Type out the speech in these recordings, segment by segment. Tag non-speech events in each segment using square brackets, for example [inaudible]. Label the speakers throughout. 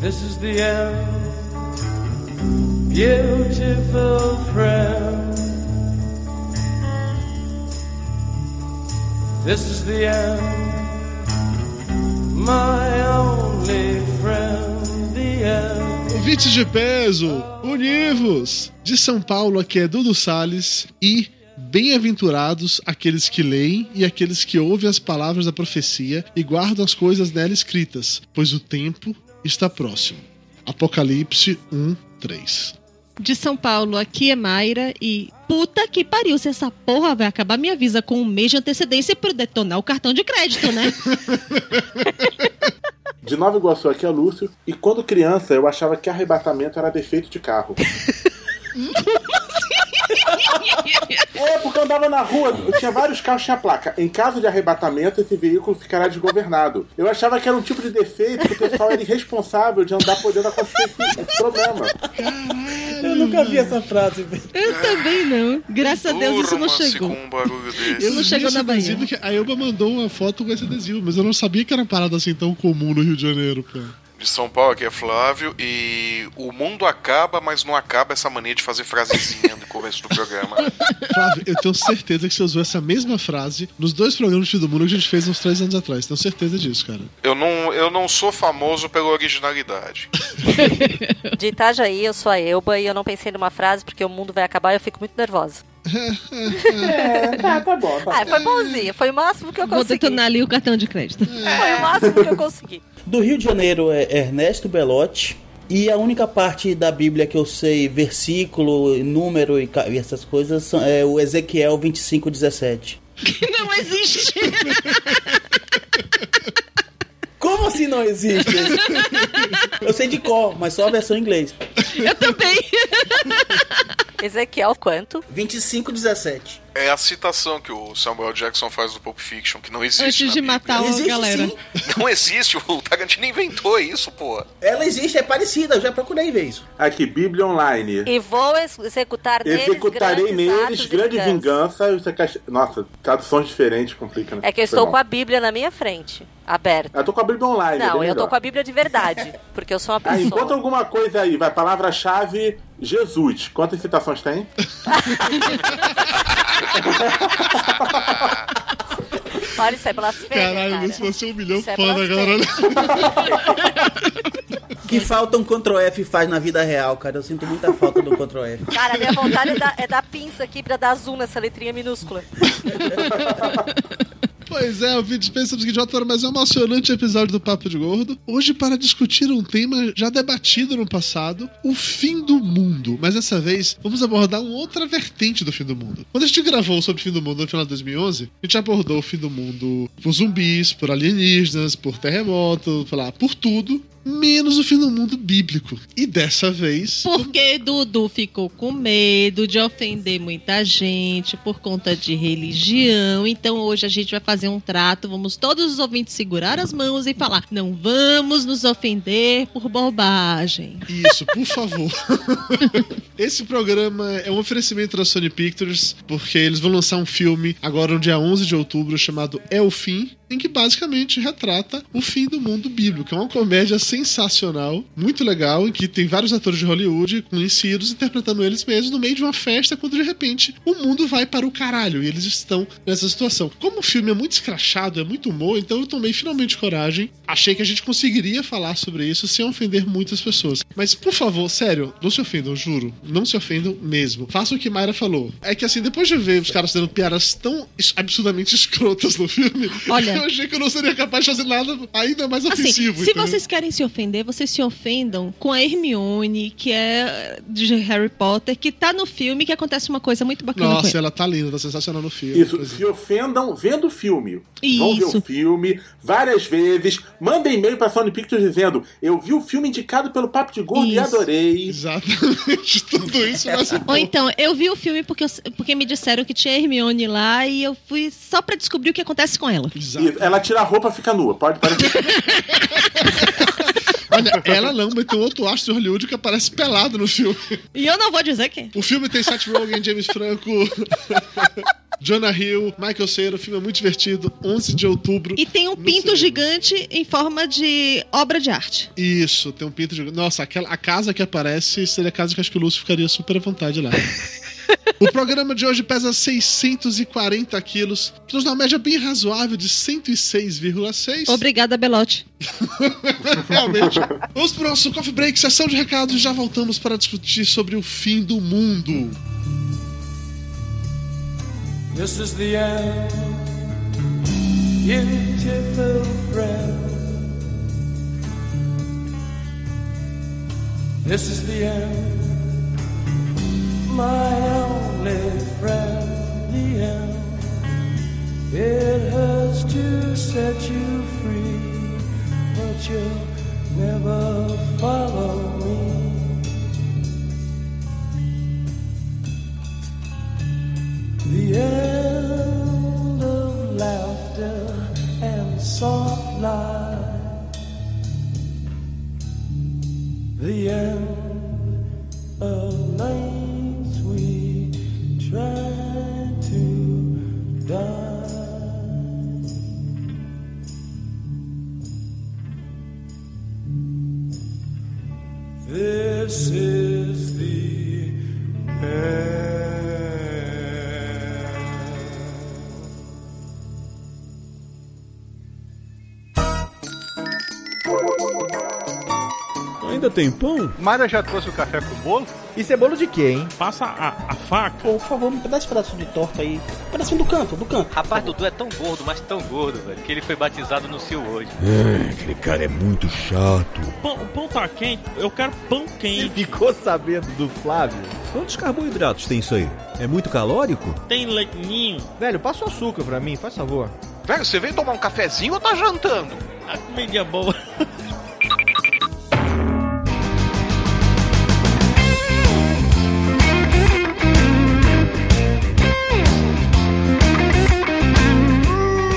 Speaker 1: This is the end, beautiful friend. This is the end, my only friend, the end.
Speaker 2: Ouvintes de peso, univos! De São Paulo, aqui é Dudu Salles e bem-aventurados aqueles que leem e aqueles que ouvem as palavras da profecia e guardam as coisas nela escritas, pois o tempo está próximo. Apocalipse 1, 3.
Speaker 3: de São Paulo, aqui é Mayra e. Puta que pariu, se essa porra vai acabar, me avisa com um mês de antecedência pra eu detonar o cartão de crédito, né?
Speaker 4: De Nova Iguaçu aqui é Lúcio, e quando criança eu achava que arrebatamento era defeito de carro. É, porque eu andava na rua, eu tinha vários carros, tinha placa. Em caso de arrebatamento, esse veículo ficará desgovernado. Eu achava que era um tipo de defeito que o pessoal era irresponsável de andar podendo acontecer esse, esse problema.
Speaker 5: Eu nunca vi essa frase.
Speaker 3: [laughs] Eu também não. Graças a Deus isso não
Speaker 6: romance
Speaker 3: chegou.
Speaker 6: com um barulho desse.
Speaker 3: Eu não
Speaker 2: vi
Speaker 3: chegou
Speaker 2: esse
Speaker 3: na Bahia.
Speaker 2: adesivo que a Elba mandou uma foto com esse adesivo, mas eu não sabia que era uma parada assim tão comum no Rio de Janeiro, cara.
Speaker 6: De São Paulo, aqui é Flávio, e o mundo acaba, mas não acaba essa mania de fazer frasezinha no começo do programa.
Speaker 2: Flávio, eu tenho certeza que você usou essa mesma frase nos dois programas do Fim do Mundo que a gente fez uns três anos atrás. Tenho certeza disso, cara.
Speaker 6: Eu não, eu não sou famoso pela originalidade.
Speaker 7: De Itajaí, eu sou a Elba e eu não pensei numa frase porque o mundo vai acabar e eu fico muito nervosa. né?
Speaker 4: É, tá, tá bom, tá.
Speaker 7: Ah, foi bonzinho, foi o máximo que eu
Speaker 3: Vou
Speaker 7: consegui.
Speaker 3: detonar ali o cartão de crédito.
Speaker 7: Foi o máximo que eu consegui.
Speaker 5: Do Rio de Janeiro é Ernesto Belotti. E a única parte da Bíblia que eu sei, versículo, número e, ca- e essas coisas, são- é o Ezequiel 25, 17.
Speaker 3: Que [laughs] não existe.
Speaker 5: Como assim não existe? [laughs] eu sei de cor, mas só a versão em inglês.
Speaker 3: Eu também.
Speaker 7: Ezequiel, quanto?
Speaker 5: 25, 17.
Speaker 6: É a citação que o Samuel Jackson faz do Pulp Fiction, que não existe.
Speaker 3: Antes de
Speaker 6: na Bíblia.
Speaker 3: matar o
Speaker 5: existe
Speaker 3: galera.
Speaker 5: sim.
Speaker 6: Não existe, o Tarantino inventou isso, pô.
Speaker 5: Ela existe, é parecida, eu já procurei ver isso.
Speaker 4: Aqui, Bíblia Online.
Speaker 7: E vou ex- executar neles
Speaker 4: Executarei
Speaker 7: grandes
Speaker 4: neles
Speaker 7: atos de
Speaker 4: grande vingança. e os sequest- Nossa, traduções diferentes complica, né?
Speaker 7: É que eu
Speaker 4: Foi
Speaker 7: estou
Speaker 4: mal.
Speaker 7: com a Bíblia na minha frente, aberta.
Speaker 4: Eu tô com a Bíblia Online. é
Speaker 7: Não,
Speaker 4: bem
Speaker 7: eu tô
Speaker 4: melhor.
Speaker 7: com a Bíblia de verdade, porque eu sou uma
Speaker 4: Ah, encontra
Speaker 7: pessoa.
Speaker 4: alguma coisa aí, vai. Palavra-chave: Jesus. Quantas citações tem?
Speaker 7: Olha isso, é blasfêmia,
Speaker 2: Caralho,
Speaker 7: cara.
Speaker 2: Lúcio, você humilhou
Speaker 7: Isso é
Speaker 2: foda
Speaker 7: blasfêmia.
Speaker 2: agora. né?
Speaker 5: Que falta um Ctrl F faz na vida real, cara. Eu sinto muita falta do Ctrl [laughs] F.
Speaker 7: Cara, a minha vontade é dar, é dar pinça aqui pra dar azul nessa letrinha minúscula.
Speaker 2: [laughs] Pois é, ouvintes, pensamos que já para mais um emocionante episódio do Papo de Gordo. Hoje, para discutir um tema já debatido no passado, o fim do mundo. Mas dessa vez, vamos abordar uma outra vertente do fim do mundo. Quando a gente gravou sobre o fim do mundo no final de 2011, a gente abordou o fim do mundo por zumbis, por alienígenas, por terremoto, sei lá, por tudo. Menos o fim do mundo bíblico. E dessa vez.
Speaker 3: Porque Dudu ficou com medo de ofender muita gente por conta de religião. Então hoje a gente vai fazer um trato. Vamos todos os ouvintes segurar as mãos e falar: não vamos nos ofender por bobagem.
Speaker 2: Isso, por favor. [laughs] Esse programa é um oferecimento da Sony Pictures, porque eles vão lançar um filme agora no dia 11 de outubro chamado É o Fim, em que basicamente retrata o fim do mundo bíblico. É uma comédia sensacional, muito legal, em que tem vários atores de Hollywood conhecidos interpretando eles mesmos no meio de uma festa, quando de repente o mundo vai para o caralho e eles estão nessa situação. Como o filme é muito escrachado, é muito humor, então eu tomei finalmente coragem. Achei que a gente conseguiria falar sobre isso sem ofender muitas pessoas. Mas, por favor, sério, não se ofendam, juro. Não se ofendam mesmo. Façam o que Mayra falou. É que assim, depois de ver os caras dando piadas tão es- absurdamente escrotas no filme,
Speaker 3: Olha, Olha.
Speaker 8: Eu achei que eu não seria capaz de fazer nada ainda mais
Speaker 3: Assim,
Speaker 8: ofensivo. então.
Speaker 3: se
Speaker 8: entendeu?
Speaker 3: vocês querem se ofender, vocês se ofendam com a Hermione, que é de Harry Potter, que tá no filme que acontece uma coisa muito bacana com
Speaker 8: Nossa,
Speaker 3: ela.
Speaker 8: ela tá linda, tá sensacional no filme.
Speaker 4: Isso, se ofendam vendo o filme. Vão ver
Speaker 3: Isso.
Speaker 4: o filme várias vezes. Mandem e-mail pra Sony Pictures dizendo: Eu vi o filme indicado pelo Papo de Gordo e
Speaker 3: Isso.
Speaker 2: [laughs]
Speaker 4: adorei.
Speaker 8: Exatamente, tudo isso vai
Speaker 3: [laughs]
Speaker 8: ser
Speaker 3: Ou
Speaker 8: bom.
Speaker 3: então, eu vi o filme porque, eu- porque me disseram que tinha Hermione lá e eu fui só pra descobrir o que acontece com ela.
Speaker 8: Exato.
Speaker 4: E ela tira a roupa fica nua. Pode parecer.
Speaker 8: Olha, ela não, mas tem um outro astro de Hollywood que aparece pelado no filme.
Speaker 3: E eu não vou dizer quem.
Speaker 8: O filme tem Seth Rogen, James Franco, [laughs] Jonah Hill, Michael Cera. O filme é muito divertido. 11 de outubro.
Speaker 3: E tem um
Speaker 8: No
Speaker 3: pinto
Speaker 8: cinema.
Speaker 3: gigante em forma de obra de arte.
Speaker 8: Isso, tem um pinto de. Nossa, aquela, a casa que aparece seria a casa que acho que o Lúcio ficaria super à vontade lá. o programa de hoje pesa 640 quilos, que nos dá uma média bem razoável de 106,6.
Speaker 3: Obrigada, Belote.
Speaker 8: [laughs] Realmente. Vamos pro nosso coffee break, sessão de recados, e já voltamos para discutir sobre o fim do mundo.
Speaker 1: This is the end, beautiful friend. This is the end, my only friend. The end. It hurts to set you free, but you'll never follow me. The end of laughter and soft light. The end of nights we tried to die. This is the end.
Speaker 9: Ainda tem pão?
Speaker 2: Mara já trouxe o café com bolo?
Speaker 6: Isso é bolo de quê, hein?
Speaker 9: Passa a, a faca.
Speaker 5: Pô, por favor, me dá esse pedaço de torta aí. Um pedacinho do canto, do canto.
Speaker 2: Rapaz, Dudu é tão gordo, mas tão gordo, velho, que ele foi batizado no Sil hoje.
Speaker 6: Aquele cara é muito chato.
Speaker 9: Pão, o pão tá quente? Eu quero pão
Speaker 6: E
Speaker 9: quente.
Speaker 6: ficou sabendo do Flávio?
Speaker 2: Quantos carboidratos tem isso aí? É muito calórico?
Speaker 9: Tem leite ninho.
Speaker 6: Velho, passa o açúcar pra mim, faz favor.
Speaker 2: Velho, você veio tomar um cafezinho ou tá jantando?
Speaker 9: A comida é boa.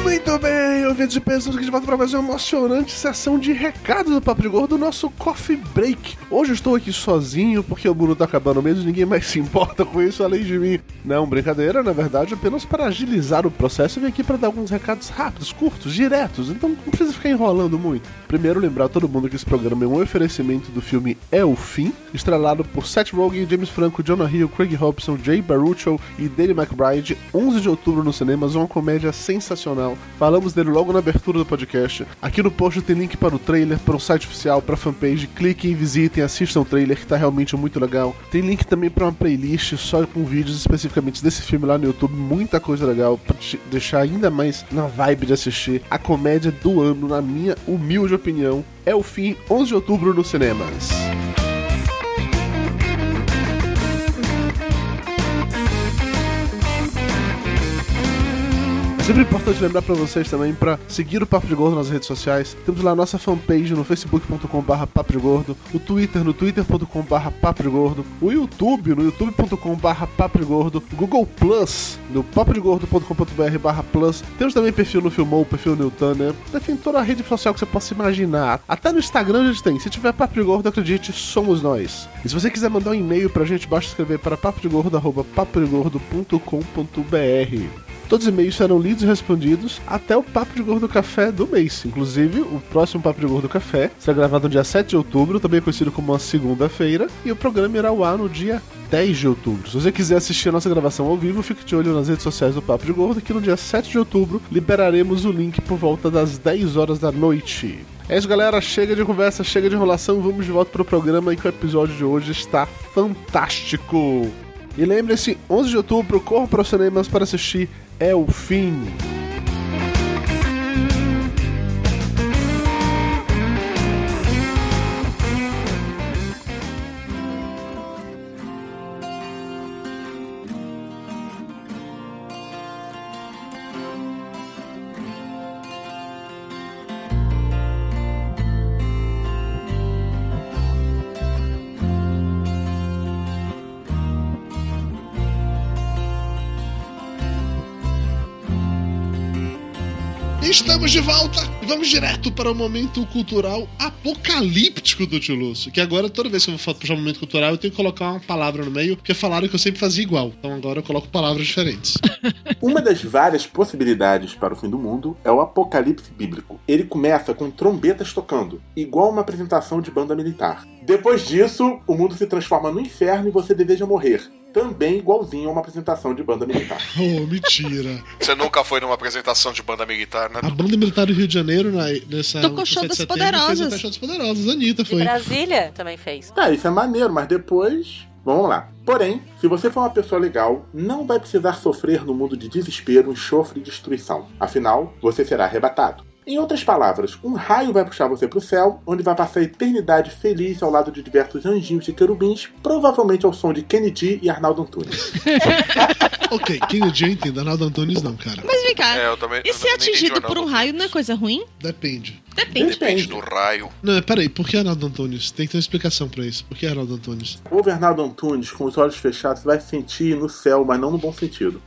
Speaker 2: Muito bem, ouvintes e pessoas aqui de volta pra mais uma emocionante sessão de recados do Papo de Gordo, do nosso Coffee Break. Hoje eu estou aqui sozinho porque o Guru tá acabando mesmo e ninguém mais se importa com isso além de mim. Não, brincadeira, na verdade, apenas para agilizar o processo, eu vim aqui para dar alguns recados rápidos, curtos, diretos, então não precisa ficar enrolando muito. Primeiro, lembrar todo mundo que esse programa é um oferecimento do filme É o Fim, estrelado por Seth Rogen, James Franco, Jonah Hill, Craig Robson, Jay Baruchel e Danny McBride, 11 de outubro nos cinemas, uma comédia sensacional. Falamos dele logo na abertura do podcast. Aqui no post tem link para o trailer, para o site oficial, para a fanpage. Cliquem, visitem, assistam o trailer que tá realmente muito legal. Tem link também para uma playlist só com vídeos especificamente desse filme lá no YouTube, muita coisa legal para te deixar ainda mais na vibe de assistir a comédia do ano, na minha humilde opinião. É o fim, 11 de outubro nos cinemas. É Sempre importante lembrar pra vocês também pra seguir o Papo de Gordo nas redes sociais. Temos lá a nossa fanpage no facebook.com/barra Papo de Gordo, o Twitter no twitter.com/barra Papo de Gordo, o YouTube no youtube.com/barra Papo de Gordo, o Google Plus no papodegordo.com.br/barra Plus. Temos também perfil no Filmou, perfil no Newtania. Tem toda a rede social que você possa imaginar. Até no Instagram a gente tem. Se tiver Papo de Gordo, acredite, somos nós. E se você quiser mandar um e-mail pra gente, basta escrever para papodegordo@papodegordo.com.br. Todos os e-mails serão lidos e respondidos até o Papo de Gordo Café do mês. Inclusive, o próximo Papo de Gordo Café será gravado no dia 7 de outubro, também conhecido como uma segunda-feira, e o programa irá ao ar no dia 10 de outubro. Se você quiser assistir a nossa gravação ao vivo, fique de olho nas redes sociais do Papo de Gordo, que no dia 7 de outubro liberaremos o link por volta das 10 horas da noite. É isso, galera. Chega de conversa, chega de enrolação. Vamos de volta pro programa e que o episódio de hoje está fantástico. E lembre-se, 11 de outubro, corra para os cinemas para assistir É o Fim. Estamos de volta e vamos direto para o momento cultural apocalíptico do tio Lúcio. Que agora, toda vez que eu vou puxar um momento cultural, eu tenho que colocar uma palavra no meio, porque falaram que eu sempre fazia igual. Então agora eu coloco palavras diferentes.
Speaker 4: Uma das várias possibilidades para o fim do mundo é o apocalipse bíblico. Ele começa com trombetas tocando, igual uma apresentação de banda militar. Depois disso, o mundo se transforma no inferno e você deseja morrer. Também igualzinho a uma apresentação de banda militar.
Speaker 2: [laughs] Oh, mentira.
Speaker 6: Você nunca foi numa apresentação de banda militar, né?
Speaker 2: A banda militar do Rio de Janeiro, na, nessa.
Speaker 6: Tocou
Speaker 2: no 7
Speaker 6: Show
Speaker 2: de setembro,
Speaker 6: das
Speaker 2: fez até
Speaker 6: Poderosas.
Speaker 2: Show das Poderosas, Anitta
Speaker 7: E
Speaker 2: foi.
Speaker 7: Brasília também fez.
Speaker 4: Tá, isso é maneiro, mas depois. Vamos lá. Porém, se você for uma pessoa legal, não vai precisar sofrer no mundo de desespero, enxofre e destruição. Afinal, você será arrebatado. Em outras palavras, um raio vai puxar você pro céu, onde vai passar a eternidade feliz ao lado de diversos anjinhos e querubins, provavelmente ao som de Kennedy e Arnaldo Antunes.
Speaker 2: ok, Kennedy eu entendo, Arnaldo Antunes não, cara.
Speaker 3: Mas vem cá.
Speaker 6: É, eu também.
Speaker 3: E ser atingido por um raio não é coisa ruim?
Speaker 2: Depende.
Speaker 3: Depende.
Speaker 6: Depende do raio.
Speaker 2: Não, peraí, por que Arnaldo Antunes? Tem que ter uma explicação pra isso. Por que Arnaldo Antunes?
Speaker 4: Ouve Arnaldo Antunes com os olhos fechados, vai sentir no céu, mas não no bom sentido.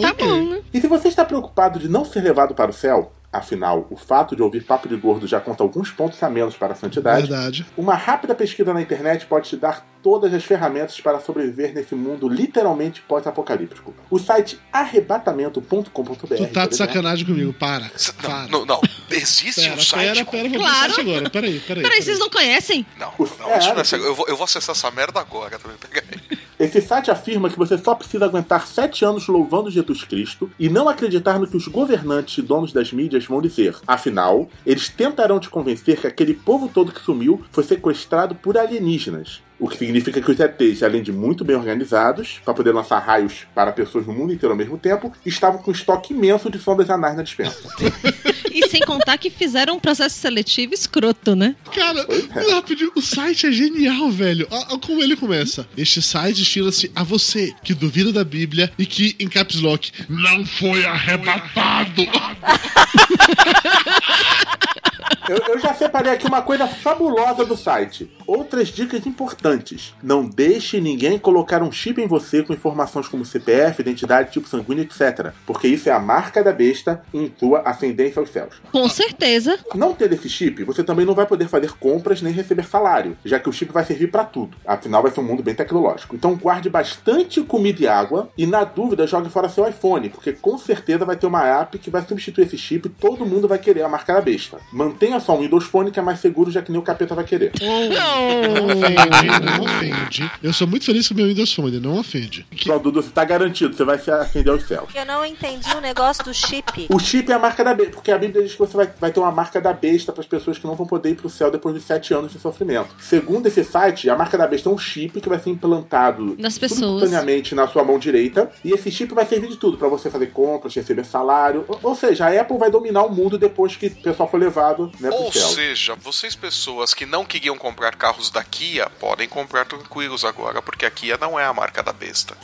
Speaker 3: Tá bom, né?
Speaker 4: E se você está preocupado de não ser levado para o céu, afinal, o fato de ouvir papo de gordo já conta alguns pontos a menos para a santidade,
Speaker 2: Verdade.
Speaker 4: uma rápida pesquisa na internet pode te dar todas as ferramentas para sobreviver nesse mundo literalmente pós-apocalíptico. O site arrebatamento.com.br.
Speaker 2: Tu tá
Speaker 4: por
Speaker 2: de
Speaker 4: exemplo,
Speaker 2: sacanagem comigo, para. Para.
Speaker 6: Não, não. Existe um
Speaker 2: Pera,
Speaker 6: site.
Speaker 2: pera, pera, vou
Speaker 3: Claro.
Speaker 2: pensar agora. Peraí, peraí.
Speaker 3: Peraí, vocês não conhecem?
Speaker 6: Não, não, isso não é sério. eu, vou, eu vou acessar essa merda agora também. Pega aí.
Speaker 4: Esse site afirma que você só precisa aguentar sete anos louvando Jesus Cristo e não acreditar no que os governantes e donos das mídias vão dizer. Afinal, eles tentarão te convencer que aquele povo todo que sumiu foi sequestrado por alienígenas. O que significa que os ETs, além de muito bem organizados, para poder lançar raios para pessoas no mundo inteiro ao mesmo tempo, estavam com um estoque imenso de sondas anais na dispensa.
Speaker 3: E sem contar que fizeram um processo seletivo escroto, né?
Speaker 2: Cara, rapidinho, o site é genial, velho. Olha como ele começa. Este site estila-se a você que duvida da Bíblia e que, em caps lock, não foi arrebatado.
Speaker 4: Eu, eu já separei aqui uma coisa fabulosa do site. Outras dicas importantes. Não deixe ninguém colocar um chip em você com informações como CPF, identidade, tipo sanguíneo, etc. Porque isso é a marca da besta em tua ascendência aos céus.
Speaker 3: Com certeza.
Speaker 4: Não ter esse chip, você também não vai poder fazer compras nem receber salário, já que o chip vai servir pra tudo. Afinal, vai ser um mundo bem tecnológico. Então, guarde bastante comida e água e, na dúvida, jogue fora seu iPhone, porque com certeza vai ter uma app que vai substituir esse chip e todo mundo vai querer a marca da besta. Mantenha só um Windows Phone que é mais seguro, já que nem o capeta vai querer.
Speaker 2: Não ofende, não ofende. Eu sou muito feliz com o meu Windows Phone, não ofende.
Speaker 4: Só, Dudu, você tá garantido, você vai se acender aos céus.
Speaker 7: Eu não entendi o negócio do chip.
Speaker 4: O chip é a marca da besta, porque a Bíblia diz que você vai, vai ter uma marca da besta para as pessoas que não vão poder ir para o céu depois de sete anos de sofrimento. Segundo esse site, a marca da besta é um chip que vai ser implantado
Speaker 3: Nas pessoas.
Speaker 4: subcutaneamente na sua mão direita. E esse chip vai servir de tudo, para você fazer compras, receber salário. Ou, ou seja, a Apple vai dominar o mundo depois que o pessoal for levado né, para
Speaker 6: Ou
Speaker 4: o céu.
Speaker 6: seja, vocês pessoas que não queriam comprar carros da Kia podem comprar tranquilos agora, porque a Kia não é a marca da besta.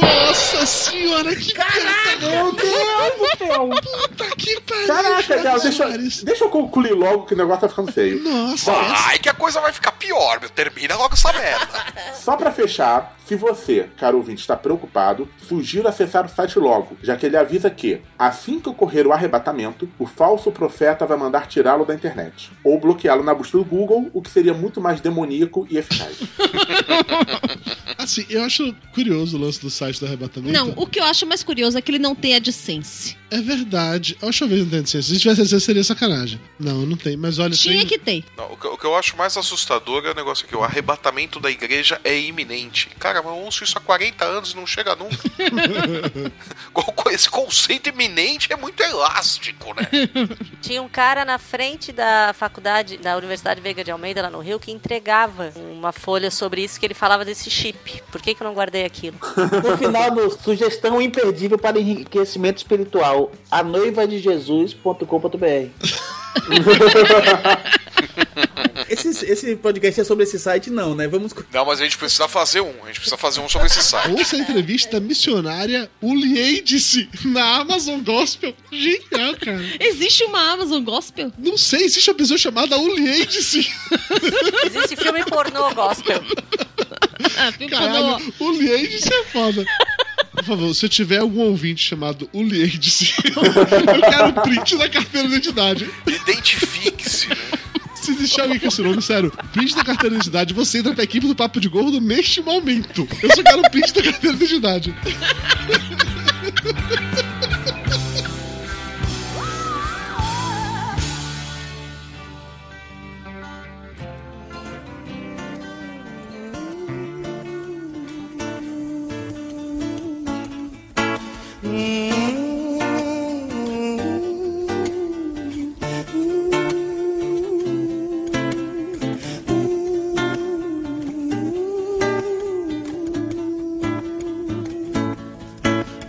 Speaker 2: Nossa senhora, que Caraca!
Speaker 4: Meu Deus do céu!
Speaker 2: Puta que pariu!
Speaker 4: Caraca, Gal, deixa, deixa eu concluir logo que o negócio tá ficando feio.
Speaker 2: Nossa,
Speaker 6: Vai que a coisa vai ficar pior, meu. Termina logo essa merda.
Speaker 4: Só pra fechar, se você, caro ouvinte, está preocupado, sugiro acessar o site logo, já que ele avisa que, assim que ocorrer o arrebatamento, o falso profeta vai mandar tirá-lo da internet ou bloqueá-lo na busca do Google, o que seria muito mais demoníaco e eficaz.
Speaker 2: Assim, eu acho curioso o lance do site do arrebatamento.
Speaker 3: Não, o que eu acho mais curioso é que ele não tem AdSense.
Speaker 2: É verdade. Ó, Deixa eu ver se não tem licença. Se tivesse licença, seria sacanagem. Não, não tem. Mas olha,
Speaker 3: Tinha
Speaker 2: tem...
Speaker 3: que ter.
Speaker 6: Não, o, que, o que eu acho mais assustador é o negócio aqui: o arrebatamento da igreja é iminente. Cara, mas eu ouço isso há 40 anos e não chega nunca. Co- co- Esse conceito iminente é muito elástico, né?
Speaker 7: Tinha um cara na frente da faculdade, da Universidade Veiga de Almeida, lá no Rio, que entregava uma folha sobre isso, que ele falava desse chip. Por que, que eu não guardei aquilo?
Speaker 10: No final, no [laughs] sugestão imperdível para enriquecimento espiritual, a noiva de Jesus.com.br.
Speaker 5: Esse, esse podcast é sobre esse site, não, né? Vamos.
Speaker 6: Não, mas a gente precisa fazer um. A gente precisa fazer um sobre
Speaker 2: [laughs]
Speaker 6: esse site.
Speaker 2: Ouça a entrevista da missionária Uliendice na Amazon Gospel. Genial, cara.
Speaker 3: Existe uma Amazon Gospel?
Speaker 2: Não sei, existe uma pessoa chamada Uliendice.
Speaker 7: Existe filme pornô gospel.
Speaker 3: Ah, filme pornô.
Speaker 2: Caralho, Uliendice é foda. Por favor, se tiver algum ouvinte chamado Uliades, [laughs] eu quero print da carteira de identidade.
Speaker 6: Identifique-se, né?
Speaker 2: Se existir alguém com esse nome, sério, print da carteira de identidade, você entra pra equipe do Papo de Gordo neste momento. Eu só quero print da carteira de identidade.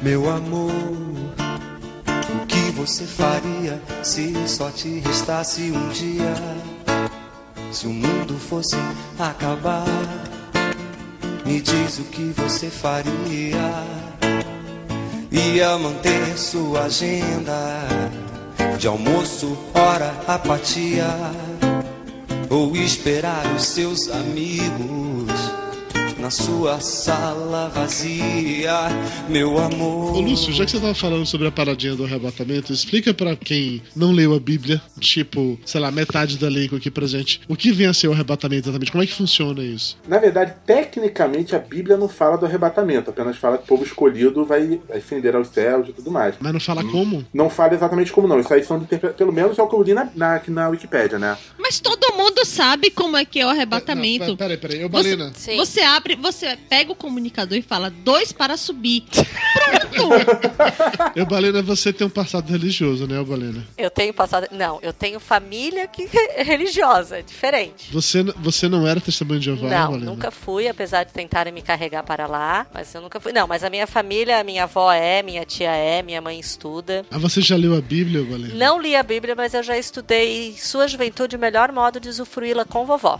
Speaker 11: Meu amor, o que você faria se só te restasse um dia? Se o mundo fosse acabar, me diz o que você faria. Ia manter sua agenda de almoço, hora, apatia, ou esperar os seus amigos na sua sala vazia, meu amor.
Speaker 2: Ô Lúcio, já que você tava falando sobre a paradinha do arrebatamento, explica pra quem não leu a Bíblia, tipo, sei lá, metade do elenco aqui presente, o que vem a ser o arrebatamento exatamente? Como é que funciona isso?
Speaker 4: Na verdade, tecnicamente, a Bíblia não fala do arrebatamento, apenas fala que o povo escolhido vai ascender aos céus e tudo mais.
Speaker 2: Mas não fala como?
Speaker 4: Não fala exatamente como não, isso aí são de interpre- pelo menos é o que eu li na, na, aqui na Wikipédia, né?
Speaker 3: Mas todo mundo sabe como é que é o arrebatamento.
Speaker 2: tá,
Speaker 4: Não, pera- peraí, peraí. Eu, Balena.
Speaker 3: Você, você abre, você pega o comunicador e fala dois
Speaker 7: [laughs]
Speaker 3: para subir. Pronto!
Speaker 2: Eu, Balena, você tem um passado religioso, né, ô Balena?
Speaker 7: Eu tenho passado. Não, eu tenho família que [laughs] é religiosa, é diferente.
Speaker 2: Você, você não era testemunho de Jeová,
Speaker 7: Não, é
Speaker 2: Balena?
Speaker 7: nunca fui, apesar de tentarem me carregar para lá, mas eu nunca fui. Não, mas a minha família, minha avó é, minha tia é, minha mãe estuda.
Speaker 2: Ah, você já leu a Bíblia, ô Balena?
Speaker 7: Não li a Bíblia, mas eu já estudei sua juventude, o melhor modo de usufruí-la com vovó.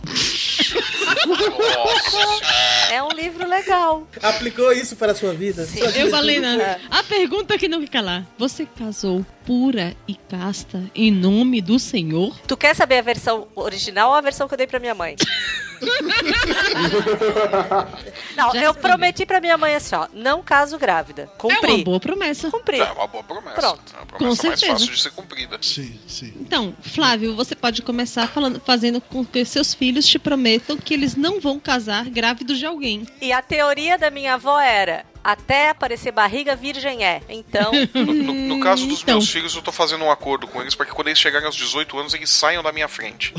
Speaker 7: é um livro legal.
Speaker 5: Aplicou isso para a sua vida? Sim,
Speaker 3: Eu falei
Speaker 7: É.
Speaker 3: nada. A pergunta que não fica lá. Você casou pura e casta em nome do Senhor?
Speaker 7: Tu quer saber a versão original ou a versão que eu dei pra minha
Speaker 3: [laughs]
Speaker 7: mãe? Não, eu prometi pra minha mãe assim, ó, não caso grávida. Cumpri.
Speaker 3: É uma boa promessa.
Speaker 7: Cumpri.
Speaker 6: É uma boa promessa.
Speaker 7: Pronto.
Speaker 6: É uma
Speaker 3: Com
Speaker 6: promessa mais
Speaker 3: certeza.
Speaker 6: fácil de ser cumprida.
Speaker 2: Sim, sim.
Speaker 3: Então, Flávio, você pode começar falando, fazendo com que seus filhos te prometam que eles não vão casar grávidos de alguém.
Speaker 7: E a teoria da minha avó era: até aparecer barriga, virgem é.
Speaker 3: [laughs]
Speaker 7: Então.
Speaker 3: Hum,
Speaker 6: No, no caso dos
Speaker 3: então.
Speaker 6: meus filhos, eu tô fazendo um acordo com eles para que quando eles chegarem aos 18 anos, eles saiam da
Speaker 3: [laughs]
Speaker 6: minha frente.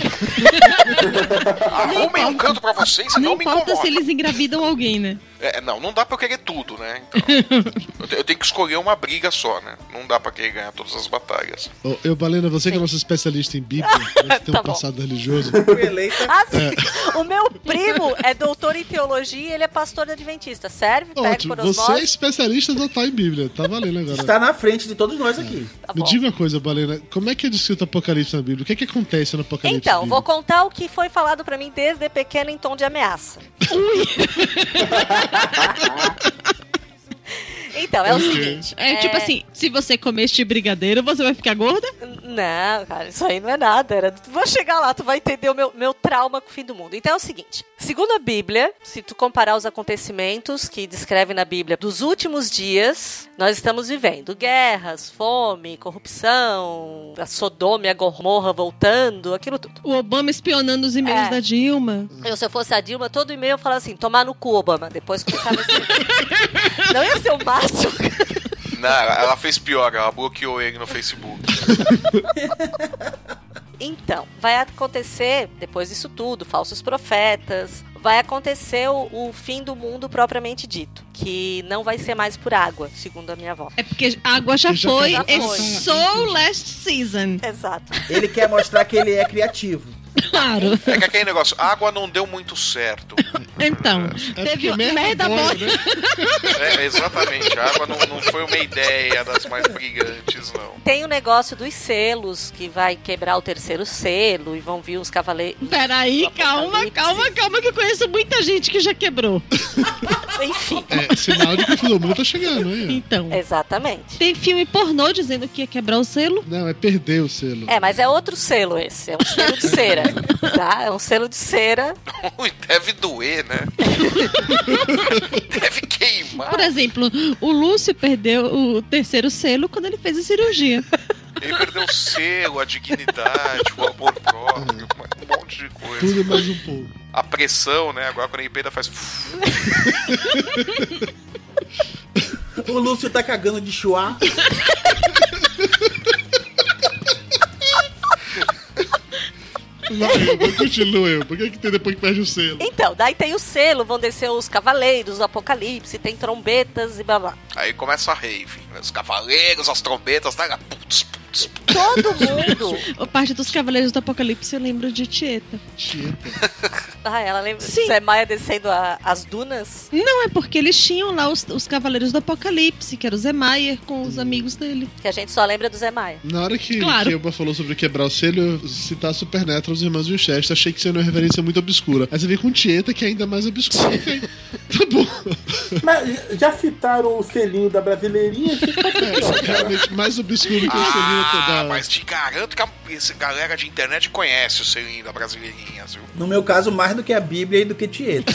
Speaker 6: Arrumem um canto pra vocês e não,
Speaker 3: Não
Speaker 6: me
Speaker 3: importa se
Speaker 6: incomodem.
Speaker 3: eles engravidam
Speaker 7: [laughs]
Speaker 3: alguém, né?
Speaker 6: É, não, não dá pra eu querer tudo, né? Então, eu, te- eu tenho que escolher uma briga só, né? Não dá pra querer ganhar todas as batalhas.
Speaker 2: Ô, eu, Balena, você que é nosso especialista
Speaker 7: [laughs]
Speaker 2: em Bíblia, você tem um
Speaker 7: Tá bom.
Speaker 2: passado religioso.
Speaker 7: Assim, O meu primo é doutor em teologia e ele é pastor adventista. Serve? Pega
Speaker 2: Ótimo,
Speaker 7: por
Speaker 2: você é
Speaker 7: osmose.
Speaker 2: especialista total em Bíblia, tá valendo agora.
Speaker 5: Está na frente de todos nós aqui.
Speaker 2: Me diga uma coisa, Balena, como é que é descrito o Apocalipse na Bíblia? O que é que acontece no Apocalipse?
Speaker 7: Então,
Speaker 2: Bíblia?
Speaker 7: vou contar o que foi falado pra mim desde pequeno em tom de ameaça. então, é o seguinte.
Speaker 3: É, tipo assim, se você comer este brigadeiro, você vai ficar gorda?
Speaker 7: Não, cara, isso aí não é nada. Era, tu vai chegar lá, tu vai entender o meu, meu trauma com o fim do mundo. Então é o seguinte: segundo a Bíblia, se tu comparar os acontecimentos que descreve na Bíblia dos últimos dias, nós estamos vivendo guerras, fome, corrupção, a Sodoma e a Gomorra voltando, aquilo tudo.
Speaker 3: O Obama espionando os e-mails
Speaker 7: É.
Speaker 3: da Dilma.
Speaker 7: Eu, se eu fosse a Dilma, todo e-mail eu falava assim: tomar no cu, Obama. Depois começava assim. não ia ser o máximo.
Speaker 6: Não, ela ela fez pior, ela bloqueou ele no Facebook.
Speaker 7: Então, vai acontecer, depois disso tudo, falsos profetas, vai acontecer o, o fim do mundo propriamente dito, que não vai ser mais por água, segundo a minha avó.
Speaker 3: É porque a água já foi.
Speaker 7: Já
Speaker 3: é
Speaker 7: foi.
Speaker 3: so last season.
Speaker 7: Exato.
Speaker 5: Ele quer mostrar que ele é criativo.
Speaker 3: Claro.
Speaker 6: É que aquele negócio, a água não deu muito certo.
Speaker 3: Então,
Speaker 2: É
Speaker 3: teve o merda né? boa.
Speaker 2: né?
Speaker 6: É, exatamente, a água não, não foi uma ideia das mais brilhantes, não.
Speaker 7: Tem o negócio dos selos, que vai quebrar o terceiro selo e vão vir os cavaleiros.
Speaker 3: Tá Peraí, calma, calma, calma, que eu conheço muita gente que já quebrou.
Speaker 7: Enfim.
Speaker 2: É sinal de que o fim do mundo tá chegando, aí. ó.
Speaker 3: Então.
Speaker 7: Exatamente.
Speaker 3: Tem filme pornô dizendo que ia quebrar o selo?
Speaker 2: Não, é perder o selo.
Speaker 7: É, mas é outro selo esse. É um selo de cera. Tá? É um selo de cera.
Speaker 6: [laughs] Ui, Deve doer, né? Deve queimar.
Speaker 3: Por exemplo, o Lúcio perdeu o terceiro selo quando ele fez a cirurgia.
Speaker 6: Ele perdeu o selo, a dignidade, o amor próprio, um monte de coisa.
Speaker 2: Tudo mais um pouco.
Speaker 6: A pressão, né? Agora quando ele peida faz.
Speaker 5: O Lúcio tá cagando de chuá.
Speaker 2: Vai, Elba, continua, Elba. Por que, que tem depois que perde o selo?
Speaker 7: Então, daí tem o selo, vão descer os cavaleiros, o apocalipse, tem trombetas e babá.
Speaker 6: Aí começa a rave. né? Os cavaleiros, as trombetas, né? Putz, putz, putz. [laughs]
Speaker 7: Todo mundo.
Speaker 3: A parte dos Cavaleiros do Apocalipse eu lembro de Tieta.
Speaker 7: Ah, ela lembra.
Speaker 3: Sim.
Speaker 7: Zé Maia descendo a- as dunas.
Speaker 3: Não, é porque eles tinham lá os, os Cavaleiros do Apocalipse, que era o Zé Maier com os amigos dele.
Speaker 7: Que a gente só lembra do Zé Maia.
Speaker 2: Na hora que,
Speaker 3: Claro.
Speaker 2: que Elba falou sobre quebrar o selo, eu citar Supernatural, os irmãos Winchester, achei que seria uma referência muito obscura. Aí você vem com Tieta, que é ainda mais obscura. Ok, tá bom.
Speaker 4: Mas já citaram o selinho da brasileirinha?
Speaker 2: É, realmente mais obscuro que o selinho
Speaker 6: Ah,
Speaker 2: toda.
Speaker 6: mas te garanto que a esse galera de internet conhece o selinho da brasileirinha, viu?
Speaker 5: No meu caso, mais do que a Bíblia e do que Tieta.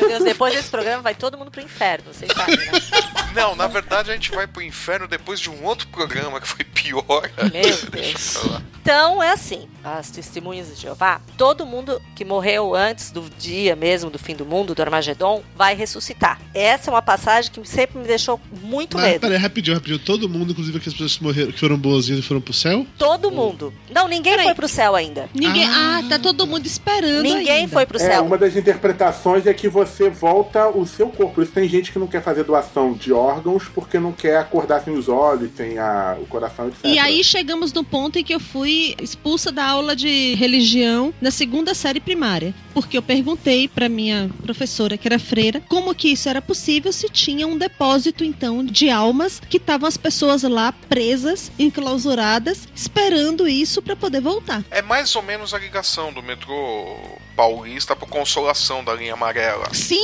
Speaker 7: Meu Deus, depois desse programa vai todo mundo pro inferno, vocês sabem, né?
Speaker 6: [laughs] Não, na verdade a gente vai pro inferno depois de um outro programa que foi pior.
Speaker 7: Meu
Speaker 6: Deixa
Speaker 7: Deus.
Speaker 6: eu falar.
Speaker 7: Então é assim, as testemunhas de Jeová, todo mundo que morreu antes do dia mesmo do fim do mundo, do Armagedon, vai ressuscitar. Essa é uma passagem que sempre me deixou muito
Speaker 2: Mas
Speaker 7: medo.
Speaker 2: peraí, rapidinho, rapidinho. Todo mundo, inclusive aquelas pessoas que morreram, que foram boazinhas e foram pro céu?
Speaker 7: Todo mundo. Não, ninguém foi pro céu ainda.
Speaker 3: Ninguém. Ah, tá todo mundo esperando.
Speaker 7: Ninguém
Speaker 3: ainda.
Speaker 7: foi pro
Speaker 4: É,
Speaker 7: céu.
Speaker 4: uma das interpretações é que você volta o seu corpo. Por isso tem gente que não quer fazer doação de órgãos porque não quer acordar sem os olhos, sem a- o coração, etc.
Speaker 3: E aí chegamos no ponto em que eu fui expulsa da aula de religião na segunda série primária, porque eu perguntei pra minha professora, que era freira, como que isso era possível se tinha um depósito então de almas que estavam as pessoas lá presas, enclausuradas, esperando isso pra poder voltar.
Speaker 6: É mais ou menos a ligação do metrô paulista pro consolação da linha amarela.
Speaker 3: Sim,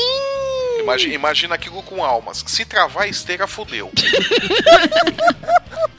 Speaker 6: Imagina, imagina aquilo com almas. Se travar a esteira, fudeu.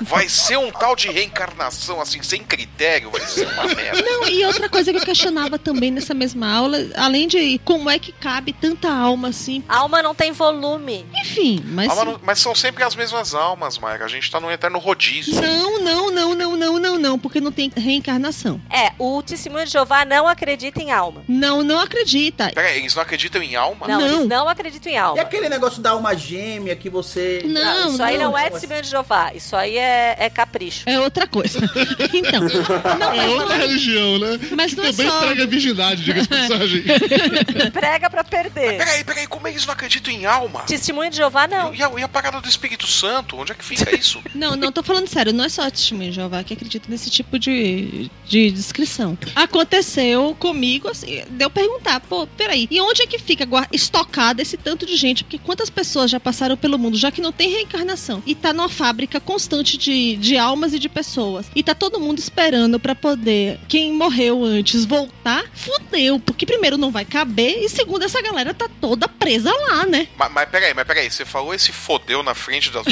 Speaker 6: Vai ser um tal de reencarnação, assim, sem critério, vai ser uma merda.
Speaker 3: não, e outra coisa que eu questionava também nessa mesma aula, além de como é que cabe tanta alma assim,
Speaker 7: A alma não tem volume.
Speaker 3: enfim, mas
Speaker 6: Alma não- Ah, mas são sempre as mesmas almas, Mayra. A gente tá num eterno rodízio.
Speaker 3: não, não, não, não, não, não, não, porque não tem reencarnação.
Speaker 7: É, o testemunho de Jeová não acredita em alma.
Speaker 3: Não, não acredita.
Speaker 6: Pera aí, eles não acreditam em alma?
Speaker 7: Não, eles
Speaker 3: Não. É
Speaker 7: não acreditam em
Speaker 5: E
Speaker 7: alma.
Speaker 5: aquele negócio da alma gêmea que você.
Speaker 3: Não,
Speaker 7: isso aí não,
Speaker 3: não.
Speaker 7: é testemunho de Jeová. Isso aí é, é capricho.
Speaker 3: É outra coisa. [laughs] Então, não,
Speaker 2: É
Speaker 3: mas
Speaker 2: outra religião, né?
Speaker 3: Mas
Speaker 2: que
Speaker 3: não é
Speaker 2: também
Speaker 3: só-
Speaker 2: estraga a virgindade, diga-se
Speaker 3: [laughs]
Speaker 2: de passagem.
Speaker 3: É.
Speaker 7: Prega pra perder.
Speaker 6: Peraí, peraí, como é que eles não acreditam em alma?
Speaker 7: Testemunho de Jeová, não.
Speaker 6: E a, e a parada do Espírito Santo? Onde é que fica
Speaker 3: [laughs]
Speaker 6: isso?
Speaker 3: Não, não, tô falando sério, não é só testemunho de Jeová que acredita nesse tipo de, de descrição. Aconteceu comigo, assim, deu perguntar, pô, peraí, e onde é que fica guar- estocado esse tanto de gente? Porque quantas pessoas já passaram pelo mundo, já que não tem reencarnação, e tá numa fábrica constante de, de almas e de pessoas, e tá todo mundo esperando pra poder quem morreu antes voltar, fudeu, porque primeiro não vai caber, e segundo, essa galera tá toda presa lá, né? [laughs]
Speaker 6: mas, mas peraí, mas peraí, você falou esse fodeu na frente das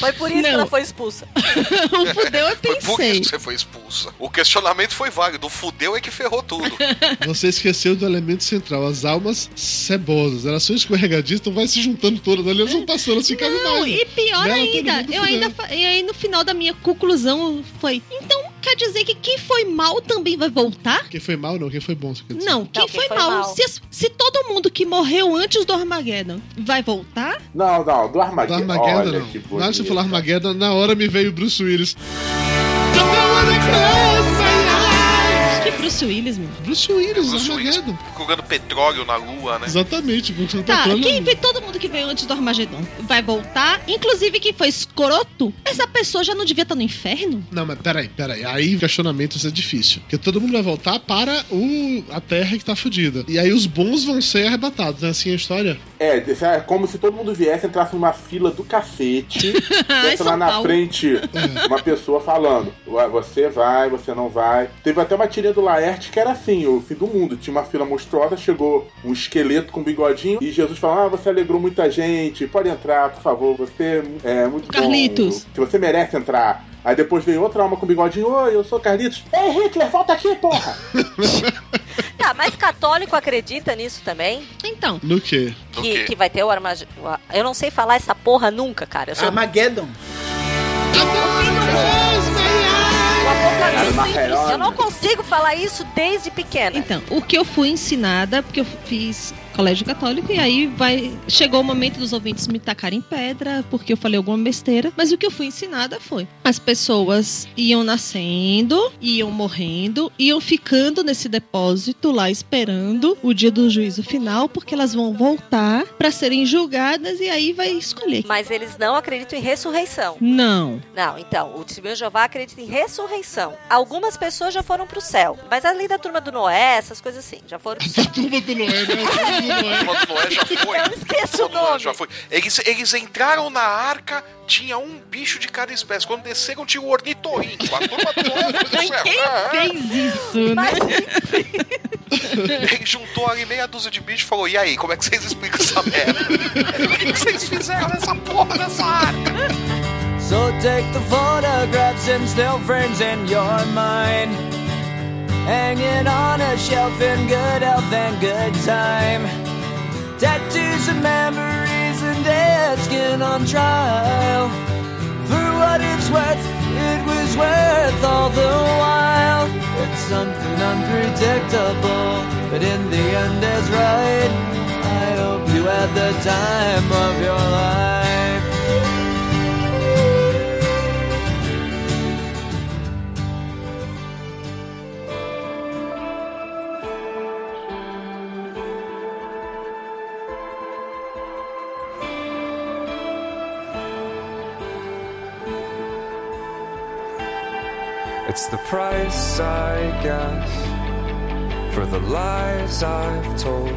Speaker 7: Foi por isso que
Speaker 3: Não.
Speaker 7: ela foi expulsa.
Speaker 3: O fudeu eu
Speaker 6: Foi por isso
Speaker 3: pensei.
Speaker 6: que você foi expulsa. O questionamento foi válido. O fudeu é que ferrou tudo.
Speaker 2: Você esqueceu do elemento central, as almas cebosas. Elas são escorregadiças, então vai se juntando todas ali, elas vão passando, elas ficam né?
Speaker 3: Não,
Speaker 2: animadas.
Speaker 3: e pior
Speaker 2: Nela todo
Speaker 3: ainda,
Speaker 2: mundo
Speaker 3: eu
Speaker 2: fudeu.
Speaker 3: ainda fa- e aí no final da minha conclusão foi, então quer dizer que quem foi mal também vai voltar?
Speaker 2: Quem foi mal, não, quem foi bom, você quer dizer.
Speaker 3: Não, quem, foi, mal, Se, as- se todo mundo que morreu antes do Armageddon vai voltar?
Speaker 4: Não, não, do
Speaker 2: Do
Speaker 4: Armageddon.
Speaker 2: Armageddon,
Speaker 4: Olha
Speaker 2: não.
Speaker 4: que
Speaker 2: Na hora que você
Speaker 4: bonito.
Speaker 2: falou Armageddon, na hora me veio Bruce Willis. Don't wanna close my eyes.
Speaker 3: Que Bruce Willis, meu.
Speaker 2: Bruce Willis,
Speaker 6: Bruce Willis
Speaker 2: Armageddon.
Speaker 6: jogando petróleo na lua, né?
Speaker 2: Exatamente,
Speaker 3: Tá,
Speaker 2: você tá falando.
Speaker 3: quem vê todo mundo que veio antes do Armagedon vai voltar, inclusive quem foi escroto, essa pessoa já não devia estar no inferno?
Speaker 2: Não, mas peraí, peraí. Aí questionamentos é difícil. Porque todo mundo vai voltar para o... a terra que tá fudida. E aí os bons vão ser arrebatados, né? Assim é a história. [laughs]
Speaker 4: É, desse- é como se todo mundo viesse, entrasse numa fila do cacete,
Speaker 3: Ai,
Speaker 4: tivesse
Speaker 3: São
Speaker 4: lá na
Speaker 3: Paulo.
Speaker 4: frente uma pessoa falando, "Ué, você vai, você não vai. Teve até uma tirinha do Laerte que era assim, o fim do mundo. Tinha uma fila monstruosa, chegou um esqueleto com um bigodinho e Jesus falou, ah, você alegrou muita gente, pode entrar, por favor, você é muito
Speaker 3: Carlitos.
Speaker 4: bom. Que você merece entrar. Aí depois veio outra alma com bigodinho, oi, eu sou Carlitos. Ei, Hitler, volta aqui, porra!
Speaker 7: Tá, mas católico acredita nisso também?
Speaker 3: Então.
Speaker 2: No quê?
Speaker 7: Que, que vai ter o Armagedon. Eu não sei falar essa porra nunca, cara. Eu sou...
Speaker 5: Armageddon.
Speaker 7: Apocalipse. Eu não consigo falar isso desde pequena.
Speaker 3: Então, o que eu fui ensinada, porque eu fiz colégio católico, e aí vai chegou o momento dos ouvintes me tacarem pedra, porque eu falei alguma besteira. Mas o que eu fui ensinada foi: as pessoas iam nascendo, iam morrendo, iam ficando nesse depósito lá esperando o dia do juízo final, porque elas vão voltar pra serem julgadas e aí vai escolher.
Speaker 7: Mas eles não acreditam em ressurreição.
Speaker 3: Não.
Speaker 7: Não, então, o Testemunho de Jeová acredita em ressurreição. Algumas pessoas já foram pro céu, mas além da turma do Noé, essas coisas assim, já foram pro céu.
Speaker 2: turma do Noé, né?
Speaker 6: O Mato Noé já foi.
Speaker 7: Eu esqueço o
Speaker 6: Noé
Speaker 7: nome.
Speaker 6: já foi. Eles, eles entraram na arca, tinha um bicho de cada espécie. Quando desceram, tinha o ornitorrinco. A turma do Noé foi pro céu.
Speaker 3: Quem
Speaker 6: Ah, ah.
Speaker 3: fez isso, né?
Speaker 6: Ele juntou ali meia dúzia de bichos e falou: E aí, como é que vocês explicam essa merda? [laughs] O que que vocês fizeram nessa porra dessa arca?
Speaker 11: So take the photographs and still frames in your mind. Hanging on a shelf in good health and good time. Tattoos and memories and dead skin on trial. For what it's worth, it was worth all the while. It's something unpredictable, but in the end is right. I hope you had the time of your life.
Speaker 1: It's the price I guess for the lies I've told.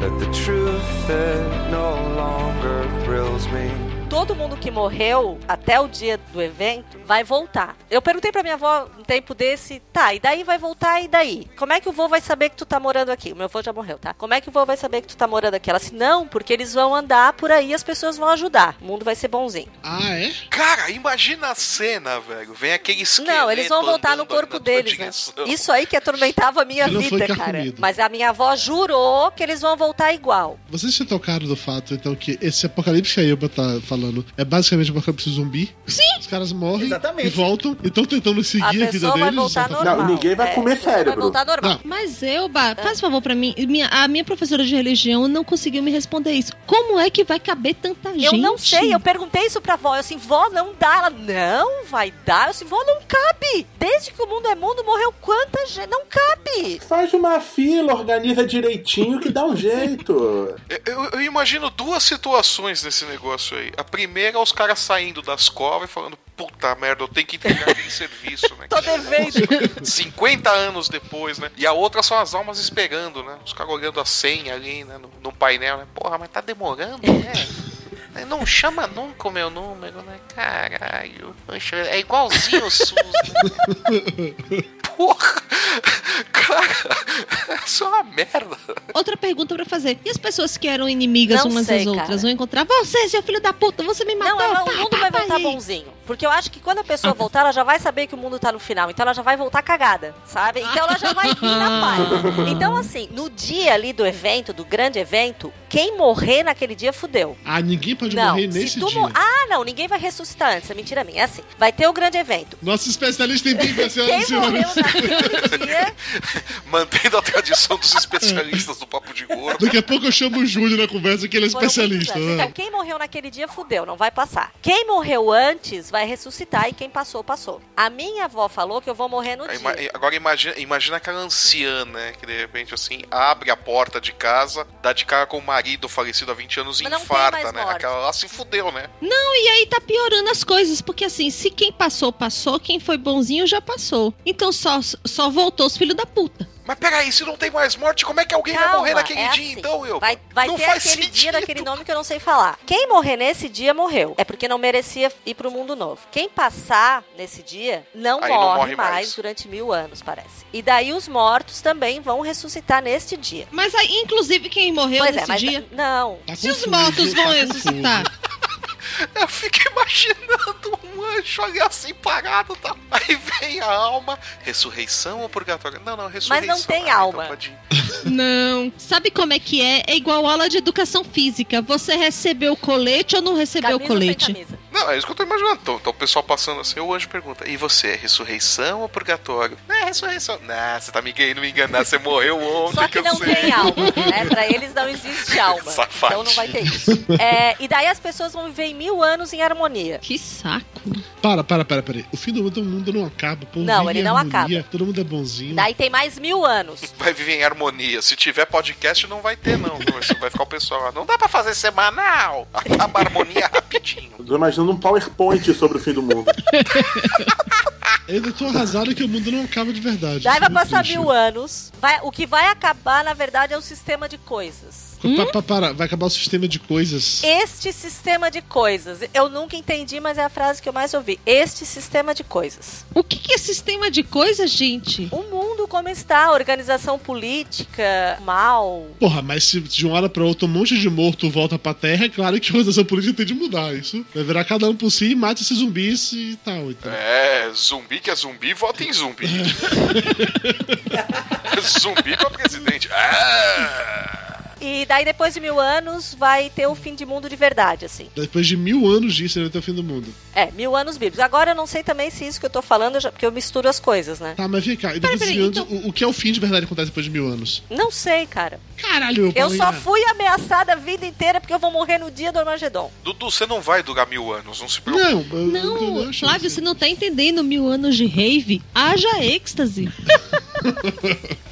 Speaker 1: That the truth it no longer thrills me.
Speaker 7: Todo mundo que morreu até o dia do evento vai voltar. Eu perguntei pra minha avó um tempo desse, tá, e daí vai voltar, e daí? Como é que o vô vai saber que tu tá morando aqui? O meu avô já morreu, tá? Como é que o vô vai saber que tu tá morando aqui? Ela disse, não, porque eles vão andar por aí, as pessoas vão ajudar. O mundo vai ser bonzinho.
Speaker 2: Ah, é?
Speaker 6: Cara, imagina a cena, velho. Vem aquele esqueleto.
Speaker 7: Não, eles vão voltar no
Speaker 6: é andando ali
Speaker 7: corpo
Speaker 6: na tua
Speaker 7: deles, né?
Speaker 6: [laughs] direção.
Speaker 7: Isso aí que atormentava a minha
Speaker 2: Que não foi
Speaker 7: vida,
Speaker 2: que é
Speaker 7: cara.
Speaker 2: comido.
Speaker 7: Mas a minha avó jurou que eles vão voltar igual.
Speaker 2: Vocês se tocaram do fato, então, que esse apocalipse que a Yuba tá falando é basicamente um apocalipse zumbi?
Speaker 3: Sim.
Speaker 2: Os caras morrem
Speaker 5: Exatamente.
Speaker 2: e voltam e estão tentando seguir a, vida
Speaker 7: pessoa vai
Speaker 2: deles.
Speaker 7: voltar
Speaker 2: só pra-
Speaker 7: normal.
Speaker 4: Não, ninguém vai
Speaker 7: É,
Speaker 4: comer
Speaker 7: a pessoa
Speaker 4: cérebro.
Speaker 7: Vai voltar normal.
Speaker 2: Não.
Speaker 3: Mas eu,
Speaker 7: Ah.
Speaker 3: Bah, faz favor pra mim. Minha- a minha professora de religião não conseguiu me responder isso. Como é que vai caber tanta gente?
Speaker 7: Eu não sei, eu perguntei isso pra vó. Eu assim, vó, não dá. Ela, não vai dar. Eu assim, vó, não cabe. Desde que o mundo é mundo, morreu quanta gente. Não cabe.
Speaker 4: Faz uma fila, organiza direitinho que dá um jeito.
Speaker 6: Eu, eu imagino duas situações nesse negócio aí. A primeira é os caras saindo das covas e falando: Puta merda, eu tenho que
Speaker 7: [laughs]
Speaker 6: entregar aquele serviço, né?
Speaker 7: Tô devendo.
Speaker 6: [laughs] 50 anos depois, né? E a outra são as almas esperando, né? Os caras olhando a senha ali, né? No, no painel, né? Porra, mas tá demorando,
Speaker 7: É.
Speaker 6: né? Não chama nunca o meu número, né? Caralho. Poxa, É igualzinho o
Speaker 7: [laughs]
Speaker 6: SUS, né? Porra! [laughs] Cara, [laughs] isso é uma merda.
Speaker 3: Outra pergunta pra fazer. E as pessoas que eram inimigas
Speaker 7: Não
Speaker 3: umas
Speaker 7: sei,
Speaker 3: das outras
Speaker 7: cara.
Speaker 3: vão encontrar você, seu filho da puta, você me matou.
Speaker 7: Não, ela,
Speaker 2: tá,
Speaker 3: pá,
Speaker 7: o
Speaker 3: pá,
Speaker 7: mundo vai
Speaker 3: pá,
Speaker 7: voltar
Speaker 3: e-
Speaker 7: bonzinho. Porque eu acho que quando a
Speaker 2: Ah.
Speaker 7: pessoa voltar, ela já vai saber que o mundo tá no final. Então ela já vai voltar cagada, sabe? Então ela já vai vir na
Speaker 2: [laughs]
Speaker 7: paz. Então, assim, no dia ali do evento, do grande evento, quem morrer naquele dia fudeu.
Speaker 2: Ah, ninguém pode
Speaker 7: não,
Speaker 2: morrer
Speaker 7: se
Speaker 2: nesse
Speaker 7: tu
Speaker 2: dia.
Speaker 7: mo- Ah, não, ninguém vai ressuscitar antes. É mentira minha. É assim, vai ter o grande evento.
Speaker 2: Nosso especialista em Bíblia, senhoras
Speaker 7: [laughs]
Speaker 2: e
Speaker 7: Quem morreu
Speaker 2: senhores.
Speaker 7: naquele dia
Speaker 6: Mantendo a tradição
Speaker 7: [laughs]
Speaker 6: dos especialistas do Papo de Gordo.
Speaker 2: Daqui a pouco eu chamo o Júlio na conversa, que ele é
Speaker 7: foram
Speaker 2: [laughs] especialista.
Speaker 7: muitos anos.
Speaker 2: né?
Speaker 7: Então, quem morreu naquele dia fudeu, não vai passar. Quem morreu antes vai ressuscitar e quem passou, passou. A minha avó falou que eu vou morrer no
Speaker 6: Aí,
Speaker 7: dia.
Speaker 6: ima- Agora imagina, imagina aquela anciã, né? Que de repente, assim, abre a porta de casa, dá de cara com o marido falecido há 20 anos e
Speaker 7: Mas não tem
Speaker 6: infarta,
Speaker 7: mais
Speaker 6: né?
Speaker 7: morte.
Speaker 6: Aquela lá se fudeu, né?
Speaker 3: Não, e aí tá piorando as coisas, porque assim, se quem passou, passou, quem foi bonzinho já passou. Então só, só voltou os filhos da puta.
Speaker 6: Mas peraí, se não tem mais morte, como é que alguém vai
Speaker 7: Calma,
Speaker 6: morrer naquele
Speaker 7: é
Speaker 6: dia
Speaker 7: assim.
Speaker 6: então, eu?
Speaker 7: Vai, vai
Speaker 6: não
Speaker 7: ter
Speaker 6: faz
Speaker 7: aquele dia
Speaker 6: sentido.
Speaker 7: daquele nome que eu não sei falar. Quem morrer nesse dia morreu. É porque não merecia ir pro mundo novo. Quem passar nesse dia não,
Speaker 6: Aí
Speaker 7: morre,
Speaker 6: não morre
Speaker 7: mais,
Speaker 6: mais.
Speaker 7: durante mil anos, parece. E daí os mortos também vão ressuscitar neste dia.
Speaker 3: Mas aí, inclusive, quem morreu
Speaker 7: Pois é,
Speaker 3: nesse
Speaker 7: mas tá
Speaker 3: dia.
Speaker 7: Não.
Speaker 3: Se os mortos vão ressuscitar.
Speaker 6: Eu fico imaginando um anjo ali assim parado, tá? Aí vem a alma, ressurreição ou purgatório? Não, não, ressurreição.
Speaker 3: tem
Speaker 6: então
Speaker 3: alma.
Speaker 6: pode ir.
Speaker 3: Não. Sabe como é que é? É igual aula de educação física. Você recebeu o colete ou não recebeu o colete?
Speaker 6: Não, é isso que eu tô imaginando. Então, então o pessoal passando assim, o anjo pergunta: E você, é ressurreição ou purgatório? Não, é ressurreição. Nah, você tá me querendo me enganar, você morreu ontem.
Speaker 7: Só que
Speaker 6: é eu
Speaker 7: não
Speaker 6: sei.
Speaker 7: tem alma, né? Pra eles não existe alma.
Speaker 6: Safadinho.
Speaker 7: Então não vai ter isso. É, e daí as pessoas vão viver em mil anos em harmonia.
Speaker 3: Que saco.
Speaker 2: Para, para, para, para. O fim do mundo, o mundo não acaba. Pô,
Speaker 7: Não, ele não
Speaker 2: Todo mundo é bonzinho.
Speaker 7: Daí tem mais mil anos.
Speaker 6: [laughs] Vai viver em harmonia. Se tiver podcast, não vai ter, não. Vai ficar o pessoal lá. Não dá pra fazer semanal. [laughs] Acaba a harmonia rapidinho.
Speaker 4: Eu [laughs] tô imaginando um PowerPoint sobre o fim do mundo.
Speaker 2: Eu ainda tô arrasado que o mundo não acaba de verdade.
Speaker 7: Daí vai
Speaker 2: Muito
Speaker 7: passar
Speaker 2: triste.
Speaker 7: mil anos. Vai, o que vai acabar, na verdade, é o sistema de coisas.
Speaker 2: Pa- pa- para, vai acabar o sistema de coisas.
Speaker 7: Este sistema de coisas. Eu nunca entendi, mas é a frase que eu mais ouvi. Este sistema de coisas.
Speaker 3: O que, que é sistema de coisas, gente?
Speaker 7: O mundo como está, a organização política, mal.
Speaker 2: Porra, mas se de uma hora pra outra um monte de morto volta pra terra, é claro que a organização política tem de mudar. Isso vai virar cada um por si, mata esses zumbis e tal. Então.
Speaker 6: É, zumbi que é zumbi, vota em zumbi. [laughs] zumbi pra presidente. Ah!
Speaker 7: E daí, depois de mil anos, vai ter o fim de mundo de verdade, assim.
Speaker 2: Depois de mil anos disso, ele vai ter o fim do mundo.
Speaker 7: É, mil anos bíblicos. Agora eu não sei também se isso que eu tô falando, eu já- porque eu misturo as coisas, né?
Speaker 2: Tá, mas vem cá. e depois de mil anos,
Speaker 7: então-
Speaker 2: o, o que é o fim de verdade que acontece depois de mil anos?
Speaker 7: Não sei, cara.
Speaker 2: Caralho, eu
Speaker 7: Eu
Speaker 2: falei,
Speaker 7: só
Speaker 2: né?
Speaker 7: fui ameaçada a vida inteira porque eu vou morrer no dia do Armagedon.
Speaker 6: Dudu, você não vai durar mil anos, não se preocupe.
Speaker 2: Não,
Speaker 3: Não, Flávio, você não tá entendendo mil anos de rave? Haja êxtase.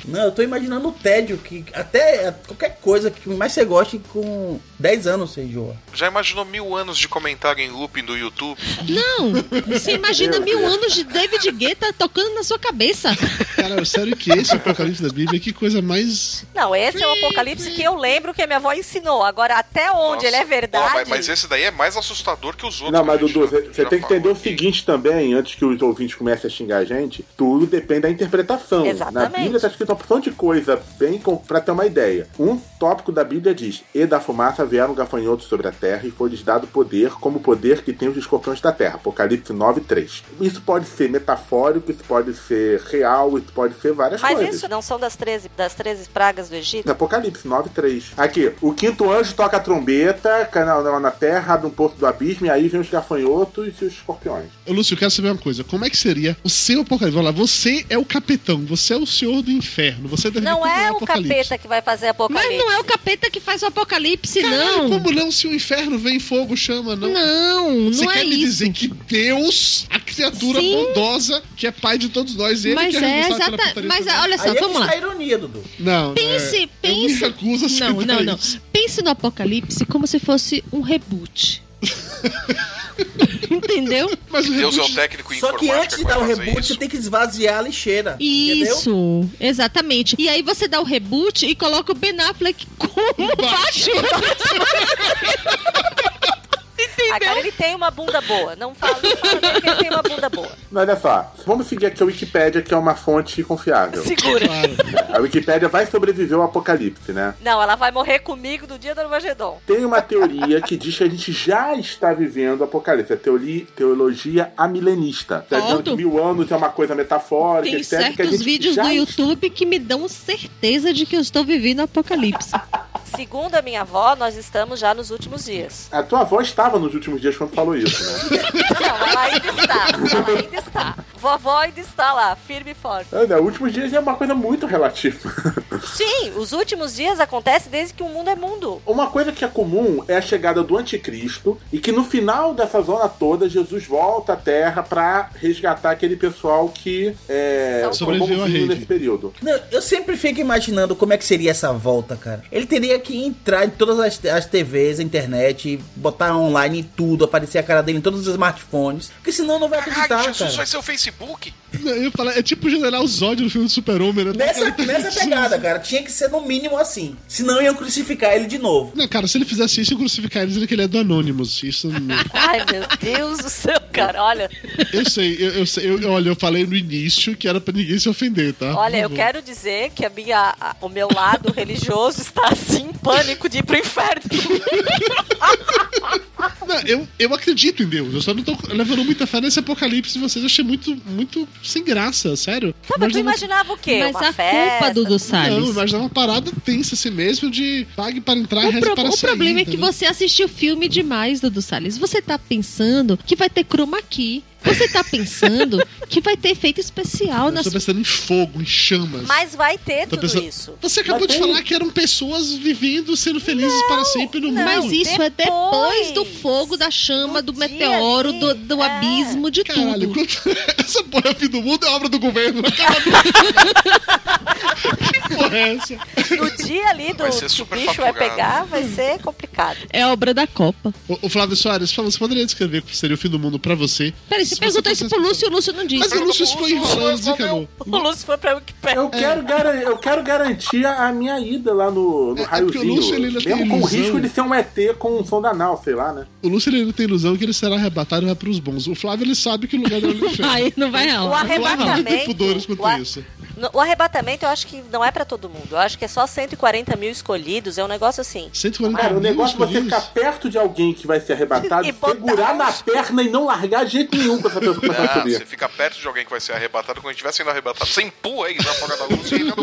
Speaker 5: Não, eu tô imaginando o tédio que até qualquer coisa que mais você goste com 10 anos você enjoa.
Speaker 6: Já imaginou mil anos de comentário em looping do YouTube?
Speaker 3: Não, você imagina
Speaker 6: Meu
Speaker 3: mil
Speaker 6: Deus.
Speaker 3: anos de David Guetta tocando na sua cabeça.
Speaker 2: Cara, sério que esse apocalipse da Bíblia, é que coisa mais.
Speaker 7: Não, esse é o apocalipse que eu lembro que a minha avó ensinou. Agora, até onde
Speaker 6: Nossa.
Speaker 7: ele é
Speaker 6: Ó,
Speaker 7: verdade.
Speaker 6: mas, mas esse daí é mais assustador que os outros.
Speaker 4: Não, mas
Speaker 6: que a gente
Speaker 4: Dudu,
Speaker 6: já-
Speaker 4: você você
Speaker 6: já
Speaker 4: tem que
Speaker 6: falou.
Speaker 4: entender o seguinte também, antes que os ouvintes comecem a xingar a gente, tudo depende da interpretação.
Speaker 7: Exatamente.
Speaker 4: Na Bíblia tá escrito uma porção de coisa, bem com, pra ter uma ideia. Um tópico da Bíblia diz, e da fumaça vieram gafanhotos sobre a terra e foi-lhes dado poder, como o poder que tem os escorpiões da terra. Apocalipse 9, 3. Isso pode ser metafórico, isso pode ser real, isso pode ser
Speaker 6: é
Speaker 4: várias
Speaker 7: Mas
Speaker 4: coisas.
Speaker 7: isso não são das 13, das 13 pragas do Egito?
Speaker 4: Apocalipse 9.3. Aqui, o quinto anjo toca a trombeta, cai na, na, na terra, abre um poço do abismo, e aí vem os gafanhotos e os escorpiões.
Speaker 2: Ô, Lúcio, eu quero saber uma coisa. Como é que seria o seu apocalipse? Vamos lá, você é o capitão, você é o senhor do inferno, você deve
Speaker 7: Não
Speaker 2: controlar
Speaker 7: é o
Speaker 2: um apocalipse.
Speaker 7: capeta que vai fazer apocalipse.
Speaker 3: Mas não é o capeta que faz o apocalipse,
Speaker 2: Caralho,
Speaker 3: não.
Speaker 2: Como não? Se o inferno vem fogo, chama, não?
Speaker 3: Não,
Speaker 2: Você
Speaker 3: não
Speaker 2: quer
Speaker 3: é
Speaker 2: me
Speaker 3: isso.
Speaker 2: dizer que Deus, a criatura
Speaker 3: Sim.
Speaker 2: bondosa, que é pai de todos nós, ele
Speaker 3: Mas
Speaker 2: que
Speaker 3: é
Speaker 2: responsável pela
Speaker 3: exata-
Speaker 2: putaria
Speaker 3: mas
Speaker 2: toda.
Speaker 3: olha
Speaker 5: é
Speaker 3: só, Assim, vamos
Speaker 2: é
Speaker 3: lá.
Speaker 5: ironia, Dudu.
Speaker 2: Não,
Speaker 3: Pense,
Speaker 2: é, eu me
Speaker 3: pense.
Speaker 2: recuso a
Speaker 3: não,
Speaker 2: aceitar
Speaker 3: não, não.
Speaker 2: isso.
Speaker 3: Pense no apocalipse como se fosse um
Speaker 2: [laughs]
Speaker 3: reboot. Entendeu?
Speaker 2: Mas
Speaker 6: Deus é o técnico em
Speaker 5: Só que
Speaker 6: informática é
Speaker 5: antes de
Speaker 6: que vai
Speaker 5: dar o
Speaker 6: fazer
Speaker 5: reboot,
Speaker 6: isso.
Speaker 5: você tem que esvaziar a lixeira.
Speaker 3: Isso,
Speaker 5: Entendeu?
Speaker 3: exatamente. E aí você dá o reboot e coloca o Ben Affleck como Batman.
Speaker 7: Agora ele tem uma bunda boa. Não fala, não fala dele que ele tem uma bunda boa.
Speaker 4: Mas olha só, vamos seguir aqui a Wikipédia, que é uma fonte confiável.
Speaker 7: Segura.
Speaker 4: A Wikipédia vai sobreviver ao apocalipse, né?
Speaker 7: Não, ela vai morrer comigo no dia do Armagedon.
Speaker 4: Tem uma teoria que diz que a gente já está vivendo o apocalipse. É teoria, teologia amilenista. Tá dizendo que mil anos é uma coisa metafórica,
Speaker 3: Tem
Speaker 4: etc. Que a
Speaker 3: certos
Speaker 4: gente
Speaker 3: vídeos
Speaker 4: já
Speaker 3: do YouTube que me dão certeza de que eu estou vivendo apocalipse.
Speaker 7: Segundo a minha avó, nós estamos já nos últimos
Speaker 4: [laughs]
Speaker 7: dias.
Speaker 3: [laughs]
Speaker 4: A tua avó estava nos últimos dias quando falou isso, né?
Speaker 7: Não, ela ainda está. Ela ainda está. Vovó ainda está lá, firme e forte.
Speaker 4: Olha, últimos dias é uma coisa muito relativa.
Speaker 7: Sim, os últimos dias acontecem desde que o mundo é mundo.
Speaker 4: Uma coisa que é comum é a chegada do anticristo e que no final dessa zona toda Jesus volta à Terra pra resgatar aquele pessoal que é,
Speaker 5: Sobreviveu à
Speaker 4: foi
Speaker 5: rede.
Speaker 4: nesse período.
Speaker 5: Não, eu sempre fico imaginando como é que seria essa volta, cara. Ele teria que entrar em todas as, as TVs, a internet, botar online em tudo, aparecer a cara dele em todos os smartphones. Porque senão não vai acreditar,
Speaker 6: Caralho, Ah, Jesus
Speaker 5: cara.
Speaker 6: vai ser o Facebook?
Speaker 2: Eu ia falar, é tipo o General Zod no filme do Super-Homem, né?
Speaker 5: Nessa, nessa pegada, cara, tinha que ser no mínimo assim. Senão iam crucificar ele de novo.
Speaker 2: Não, cara, se ele fizesse isso, eu crucificar ele dizendo que ele é do Anonymous. Isso não.
Speaker 7: Ai, meu Deus do céu, cara, olha.
Speaker 2: Eu sei, eu, eu sei. Eu, olha, eu falei no início que era pra ninguém se ofender, tá?
Speaker 7: Olha,
Speaker 2: Por
Speaker 7: eu
Speaker 2: favor.
Speaker 7: quero dizer que a minha, a- o meu lado religioso está assim, em pânico de ir pro inferno.
Speaker 2: Não, eu, eu acredito em Deus, eu só não tô levando muita fé nesse apocalipse de vocês. Eu achei muito, muito sem graça, sério.
Speaker 7: Tá, mas tu imaginava o quê?
Speaker 3: Mas
Speaker 7: Uma
Speaker 3: a
Speaker 7: festa?
Speaker 3: culpa, Dudu Salles.
Speaker 2: Não, imaginava uma parada tensa assim mesmo de pague para entrar e
Speaker 3: O,
Speaker 2: reze
Speaker 3: pro-
Speaker 2: para né?
Speaker 3: o
Speaker 2: sair.
Speaker 3: problema é que
Speaker 2: entendeu?
Speaker 3: você assistiu filme demais, Dudu Salles. Você tá pensando que vai ter chroma key. Você tá
Speaker 2: [laughs]
Speaker 3: pensando que vai ter efeito especial
Speaker 2: Eu
Speaker 3: nas
Speaker 2: tô pensando em fogo, em chamas.
Speaker 7: Mas vai ter
Speaker 2: Tô
Speaker 7: tudo
Speaker 2: pensando-
Speaker 7: isso.
Speaker 2: Você acabou
Speaker 7: Mas
Speaker 2: de
Speaker 7: tem-
Speaker 2: falar que eram pessoas vivendo, sendo felizes para sempre no mundo.
Speaker 3: Mas isso é depois do fogo, da chama, do meteoro, do,
Speaker 7: É.
Speaker 3: do abismo, de
Speaker 2: Caralho,
Speaker 3: tudo.
Speaker 2: quanto... [laughs] essa porra fim do mundo é obra do governo. que porra é essa?
Speaker 7: No dia ali do
Speaker 2: Vai ser
Speaker 7: que o
Speaker 2: super
Speaker 7: bicho vai
Speaker 2: faturado.
Speaker 7: pegar, vai ser complicado.
Speaker 3: É obra da Copa.
Speaker 2: O, o Flávio Soares, fala, você poderia descrever como seria o fim do mundo pra você?
Speaker 3: Peraí, você perguntou isso pro Lúcio, o Lúcio não disse.
Speaker 2: Mas o Lúcio ficou enrolando, desencanou.
Speaker 7: O Lúcio foi pra Wikipedia.
Speaker 2: É.
Speaker 4: Eu quero, garan- eu quero garantir a minha ida lá no, no
Speaker 2: porque É, o
Speaker 4: raiozinho.
Speaker 2: Lúcio, ele ainda tem
Speaker 4: mesmo com o
Speaker 2: ilusão.
Speaker 4: risco de ser um ET com um som danal, sei lá, né?
Speaker 2: O Lúcio ele ainda tem ilusão que ele será arrebatado e vai pros bons. O Flávio ele sabe que o lugar dele é
Speaker 3: [laughs]
Speaker 2: o inferno.
Speaker 3: Aí não vai não.
Speaker 7: O
Speaker 2: Flávio tem
Speaker 7: arrebatamento-
Speaker 2: pudores quanto
Speaker 7: o a-
Speaker 2: isso.
Speaker 7: No- O arrebatamento eu acho que não é pra todo mundo. Eu acho que é só 140 mil escolhidos. É um negócio assim.
Speaker 2: 140
Speaker 4: Cara, o negócio é você ficar perto de alguém que vai ser
Speaker 7: [laughs]
Speaker 4: arrebatado,
Speaker 7: E botar um
Speaker 4: segurar na perna e não largar de jeito nenhum pra essa pessoa começar a
Speaker 6: Ah, você
Speaker 4: subir.
Speaker 6: fica perto de alguém que vai ser arrebatado. Quando estiver sendo arrebatado, você empurra ele na tá fora da luz e ele não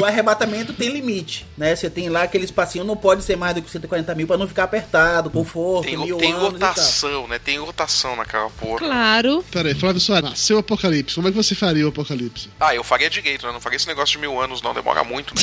Speaker 5: O arrebatamento tem limite, né? Você tem lá aquele espacinho, não pode ser mais do que 140 mil pra não ficar apertado, por força,
Speaker 6: tem,
Speaker 5: mil
Speaker 6: tem
Speaker 5: anos e tal.
Speaker 6: rotação, né? Tem rotação naquela porra.
Speaker 3: Claro. [laughs]
Speaker 2: Peraí, Flávio Soares, seu apocalipse, como é que você faria o apocalipse?
Speaker 6: Ah, eu faria direito, né? Não faria esse negócio de mil anos, não. Demora muito, né?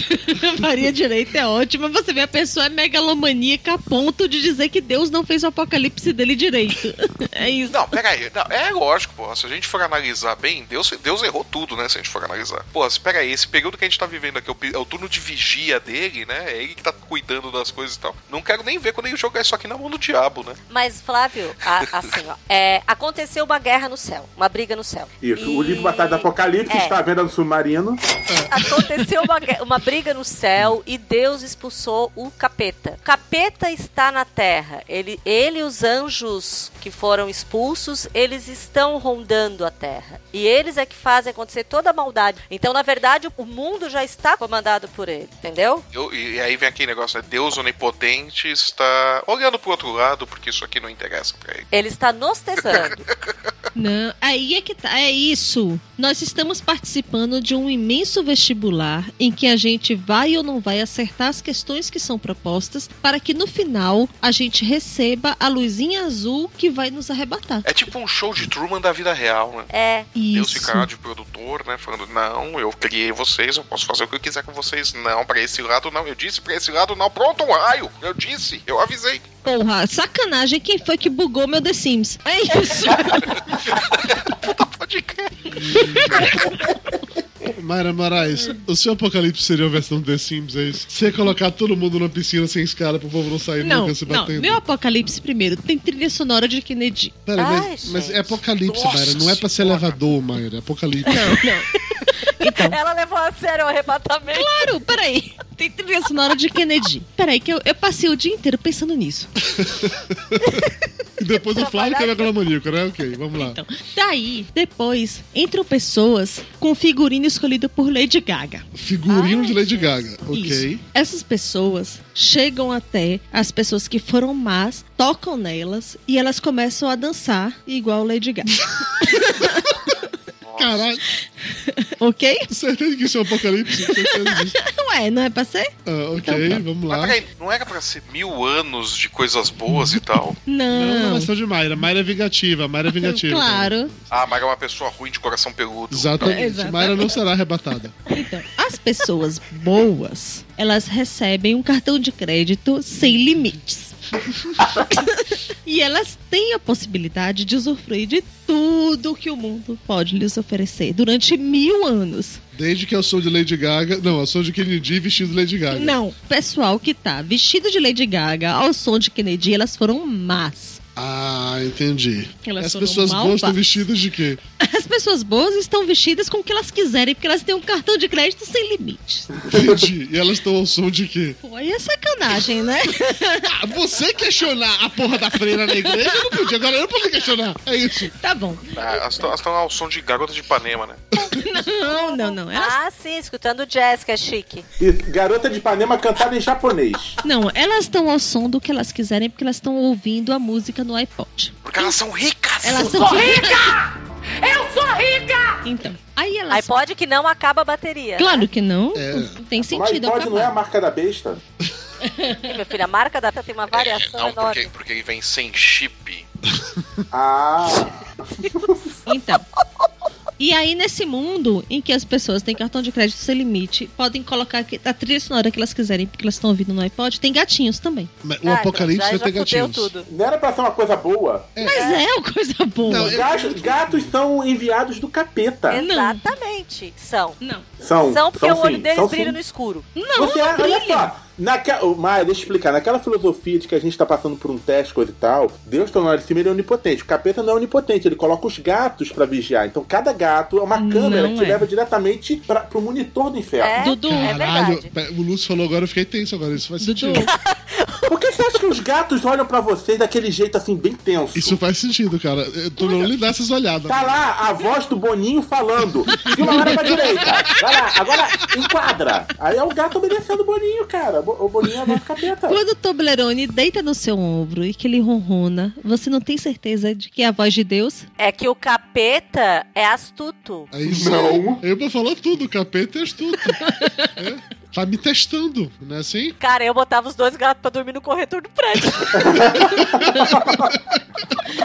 Speaker 3: Maria Direita é ótima. Você vê a pessoa é megalomaníaca a ponto de dizer que Deus não fez o apocalipse dele direito. [laughs] É isso.
Speaker 6: Não, peraí. Não, é lógico, porra. Se a gente for analisar bem, Deus, Deus errou tudo, né? Se a gente for analisar. Porra, se- peraí, esse período que a gente tá vivendo aqui, é o, pe- é o turno de vigia dele, né? É ele que tá cuidando das coisas e tal. Não quero nem ver quando ele jogar isso aqui na mão do diabo, né?
Speaker 7: Mas, Flávio, a- assim, ó. é, aconteceu uma guerra no céu, uma briga no céu.
Speaker 4: Isso, o livro Batalha do Apocalipse
Speaker 7: É.
Speaker 4: está à venda no submarino.
Speaker 7: Aconteceu uma, gue- uma briga no céu e Deus expulsou o capeta. O capeta está na terra. Ele, ele e os anjos que foram expulsos, eles estão rondando a terra. E eles é que fazem acontecer toda a maldade. Então, na verdade, o mundo já está comandado por ele, entendeu?
Speaker 6: Eu- e aí vem aquele negócio, né? Deus onipotente está olhando pro outro lado porque isso aqui não interessa pra ele.
Speaker 7: Ele está nos testando.
Speaker 3: Não, aí é que tá, é isso. Nós estamos participando de um imenso vestibular em que a gente vai ou não vai acertar as questões que são propostas para que no final a gente receba a luzinha azul que vai nos arrebatar.
Speaker 6: É tipo um show de Truman da vida real, né?
Speaker 7: É.
Speaker 6: Deus
Speaker 3: Isso.
Speaker 6: fica lá de produtor, né? Falando, não, eu criei vocês, eu posso fazer o que eu quiser com vocês. Não, pra esse lado não. Eu disse pra esse lado não. Pronto, um raio. Eu disse, eu avisei.
Speaker 3: Porra, sacanagem, quem foi que bugou meu The Sims? É isso.
Speaker 2: Mayra Moraes, o seu apocalipse seria a versão The Sims, é isso? Você ia colocar todo mundo na piscina sem escada pro povo não sair
Speaker 3: Não,
Speaker 2: nunca se
Speaker 3: não,
Speaker 2: batendo?
Speaker 3: meu apocalipse primeiro tem trilha sonora de Kennedy.
Speaker 2: Peraí, mas, mas é apocalipse, Mayra, não é pra ser elevador, Mayra, é apocalipse.
Speaker 3: Então.
Speaker 7: Ela levou a sério o arrebatamento.
Speaker 3: Claro, peraí. Tem trilha sonora de Kennedy. Peraí, que eu, eu passei o dia inteiro pensando nisso.
Speaker 2: E depois o Flávio que é megalomaníaco, né? Ok, vamos lá.
Speaker 3: Então, Daí, depois, entram pessoas com um figurino escolhido por Lady Gaga. Ah,
Speaker 2: Figurino de Lady Gaga, ok.
Speaker 3: Isso. Essas pessoas chegam até as pessoas que foram más, tocam nelas e elas
Speaker 2: [laughs]
Speaker 3: começam a dançar igual Lady Gaga.
Speaker 2: Caralho.
Speaker 3: ok?
Speaker 2: Certeza que isso é um apocalipse. certeza disso.
Speaker 3: [laughs] Ué, não é pra ser?
Speaker 2: Ah, ok,
Speaker 3: Então tá.
Speaker 2: vamos
Speaker 6: Mas
Speaker 2: lá.
Speaker 6: peraí, não era pra ser mil anos de coisas boas e tal?
Speaker 2: Não, não, versão de Mayra. Mayra é vingativa, Mayra é vingativa.
Speaker 3: Então, Claro.
Speaker 6: Ah, mas é uma pessoa ruim de coração peludo.
Speaker 2: Exatamente.
Speaker 3: Exatamente.
Speaker 2: Mayra não será arrebatada.
Speaker 3: Então, as pessoas boas, elas recebem um cartão de crédito sem limites. [laughs] e elas têm a possibilidade de usufruir de tudo que o mundo pode lhes oferecer durante mil anos.
Speaker 2: Desde que eu sou de Lady Gaga. Não, eu sou de Kennedy vestido de Lady Gaga.
Speaker 3: Não, pessoal que tá vestido de Lady Gaga ao som de Kennedy, elas foram más.
Speaker 2: Ah, entendi.
Speaker 3: Elas
Speaker 2: As
Speaker 3: foram
Speaker 2: pessoas boas estão
Speaker 3: malvadas.
Speaker 2: vestidas de quê?
Speaker 3: As pessoas boas estão vestidas com o que elas quiserem, porque elas têm um cartão de crédito sem limites.
Speaker 2: Entendi. E elas estão ao som de quê?
Speaker 3: Pô, aí é sacanagem, né? [laughs]
Speaker 2: Ah, você questionar a porra da freira na igreja, eu não podia. Agora eu não posso questionar. É isso.
Speaker 3: Tá bom.
Speaker 6: Ah, elas estão ao som de Garota de Ipanema, né?
Speaker 3: Não, não, não. é?
Speaker 7: Ah, sim, escutando jazz, que é chique.
Speaker 4: E Garota de Ipanema cantada em japonês.
Speaker 3: Não, elas estão ao som do que elas quiserem, porque elas estão ouvindo a música no iPod.
Speaker 6: Porque elas são ricas.
Speaker 3: Elas são
Speaker 7: rica! Eu sou rica!
Speaker 3: Então, aí elas...
Speaker 7: Aí pode que não acaba a bateria. né?
Speaker 3: Claro que não. Não tem
Speaker 4: É. Mas
Speaker 3: sentido
Speaker 4: pode não é a
Speaker 3: acabar.
Speaker 4: marca da besta?
Speaker 7: Ih, Meu filho, a marca da tem uma variação
Speaker 6: É, Não,
Speaker 7: enorme.
Speaker 6: porque, porque ele vem sem chip.
Speaker 4: Ah.
Speaker 3: Então. E aí, nesse mundo em que as pessoas têm cartão de crédito sem limite, podem colocar que- a trilha sonora que elas quiserem, porque elas estão ouvindo no iPod, tem gatinhos também.
Speaker 2: Mas é
Speaker 4: o apocalipse vai ter gatinhos. Não era pra ser uma coisa boa?
Speaker 3: Mas é uma coisa boa.
Speaker 4: Não, gatos, gatos são enviados do capeta.
Speaker 7: Exatamente. São.
Speaker 3: Não.
Speaker 4: São,
Speaker 7: É, São porque
Speaker 4: são
Speaker 7: o olho
Speaker 4: sim,
Speaker 7: deles
Speaker 4: são
Speaker 7: brilha
Speaker 4: sim.
Speaker 7: no escuro.
Speaker 4: Você acha- olha só, naquela, ô, Maia, deixa eu explicar. Naquela filosofia de que a gente tá passando por um teste, coisa e tal, Deus tá lá de cima, ele é onipotente. O capeta não é onipotente, ele coloca os gatos pra vigiar. Então cada gato é uma câmera que
Speaker 3: é.
Speaker 4: leva diretamente pra, pro monitor do inferno.
Speaker 7: É.
Speaker 3: Dudu,
Speaker 2: Caralho, pe- o Lúcio falou agora, eu fiquei tenso agora. Isso faz sentido.
Speaker 4: Por que você acha que os gatos olham pra vocês daquele jeito assim, bem tenso?
Speaker 2: Isso faz sentido, cara. Eu- Tu não lhe dá essas olhadas.
Speaker 4: Tá lá a voz do Boninho falando. De uma hora pra direita. Vai lá, agora enquadra. Aí é o gato obedecendo o Boninho, cara. Bo- O Boninho é a voz do capeta.
Speaker 3: Quando o Toblerone deita no seu ombro e que ele ronrona, você não tem certeza de que é a voz de Deus?
Speaker 7: É que o capeta é astuto.
Speaker 2: É isso.
Speaker 4: Não.
Speaker 2: Eu vou falar tudo, o capeta é astuto. É. Tá me testando, não é assim?
Speaker 7: Cara, eu botava os dois gatos pra dormir no corretor do prédio.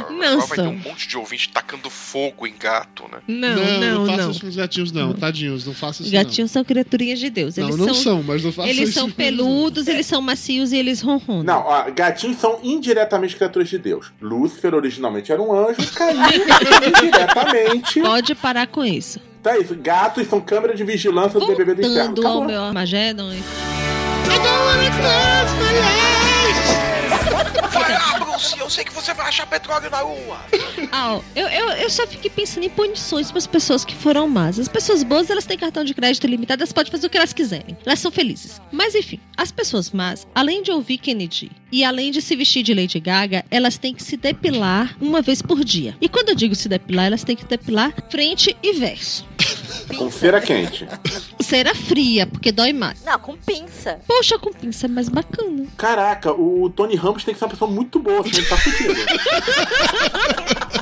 Speaker 3: Não
Speaker 6: Agora vai ter
Speaker 3: são.
Speaker 6: um monte de ouvinte tacando fogo em gato, né?
Speaker 3: Não,
Speaker 2: não,
Speaker 3: não,
Speaker 2: faça
Speaker 3: não.
Speaker 2: isso com os gatinhos, não. Tadinhos, não faça
Speaker 3: Os
Speaker 2: isso.
Speaker 3: gatinhos são criaturinhas de Deus.
Speaker 2: não.
Speaker 3: Eles
Speaker 2: não, não
Speaker 3: são,
Speaker 2: são, mas não faça
Speaker 3: eles
Speaker 2: isso.
Speaker 3: são peludos, eles são macios e eles ronronam.
Speaker 4: Não, ó, gatinhos são indiretamente criaturas de Deus. Lúcifer originalmente era um anjo, caiu indiretamente.
Speaker 3: Pode parar com isso.
Speaker 4: Tá isso, gatos são câmera de vigilância do BBB do inferno.
Speaker 3: Voltando ao
Speaker 4: Acabou.
Speaker 3: meu Armageddon. e-
Speaker 6: Vai lá, Bruce, eu sei que você vai achar petróleo na lua.
Speaker 3: Ah, ó, eu, eu, eu só fiquei pensando em punições para as pessoas que foram más. As pessoas boas, elas têm cartão de crédito ilimitado, elas podem fazer o que elas quiserem. Elas são felizes. Mas enfim, as pessoas más, além de ouvir Kennedy e além de se vestir de Lady Gaga, elas têm que se depilar uma vez por dia. E quando eu digo se depilar, elas têm que depilar frente e verso.
Speaker 4: Com cera quente.
Speaker 3: Cera fria, porque dói mais.
Speaker 7: Não, com pinça.
Speaker 3: Poxa, com pinça é mais bacana.
Speaker 4: Caraca, o Tony Ramos tem que ser uma pessoa muito boa, senão ele tá fudido.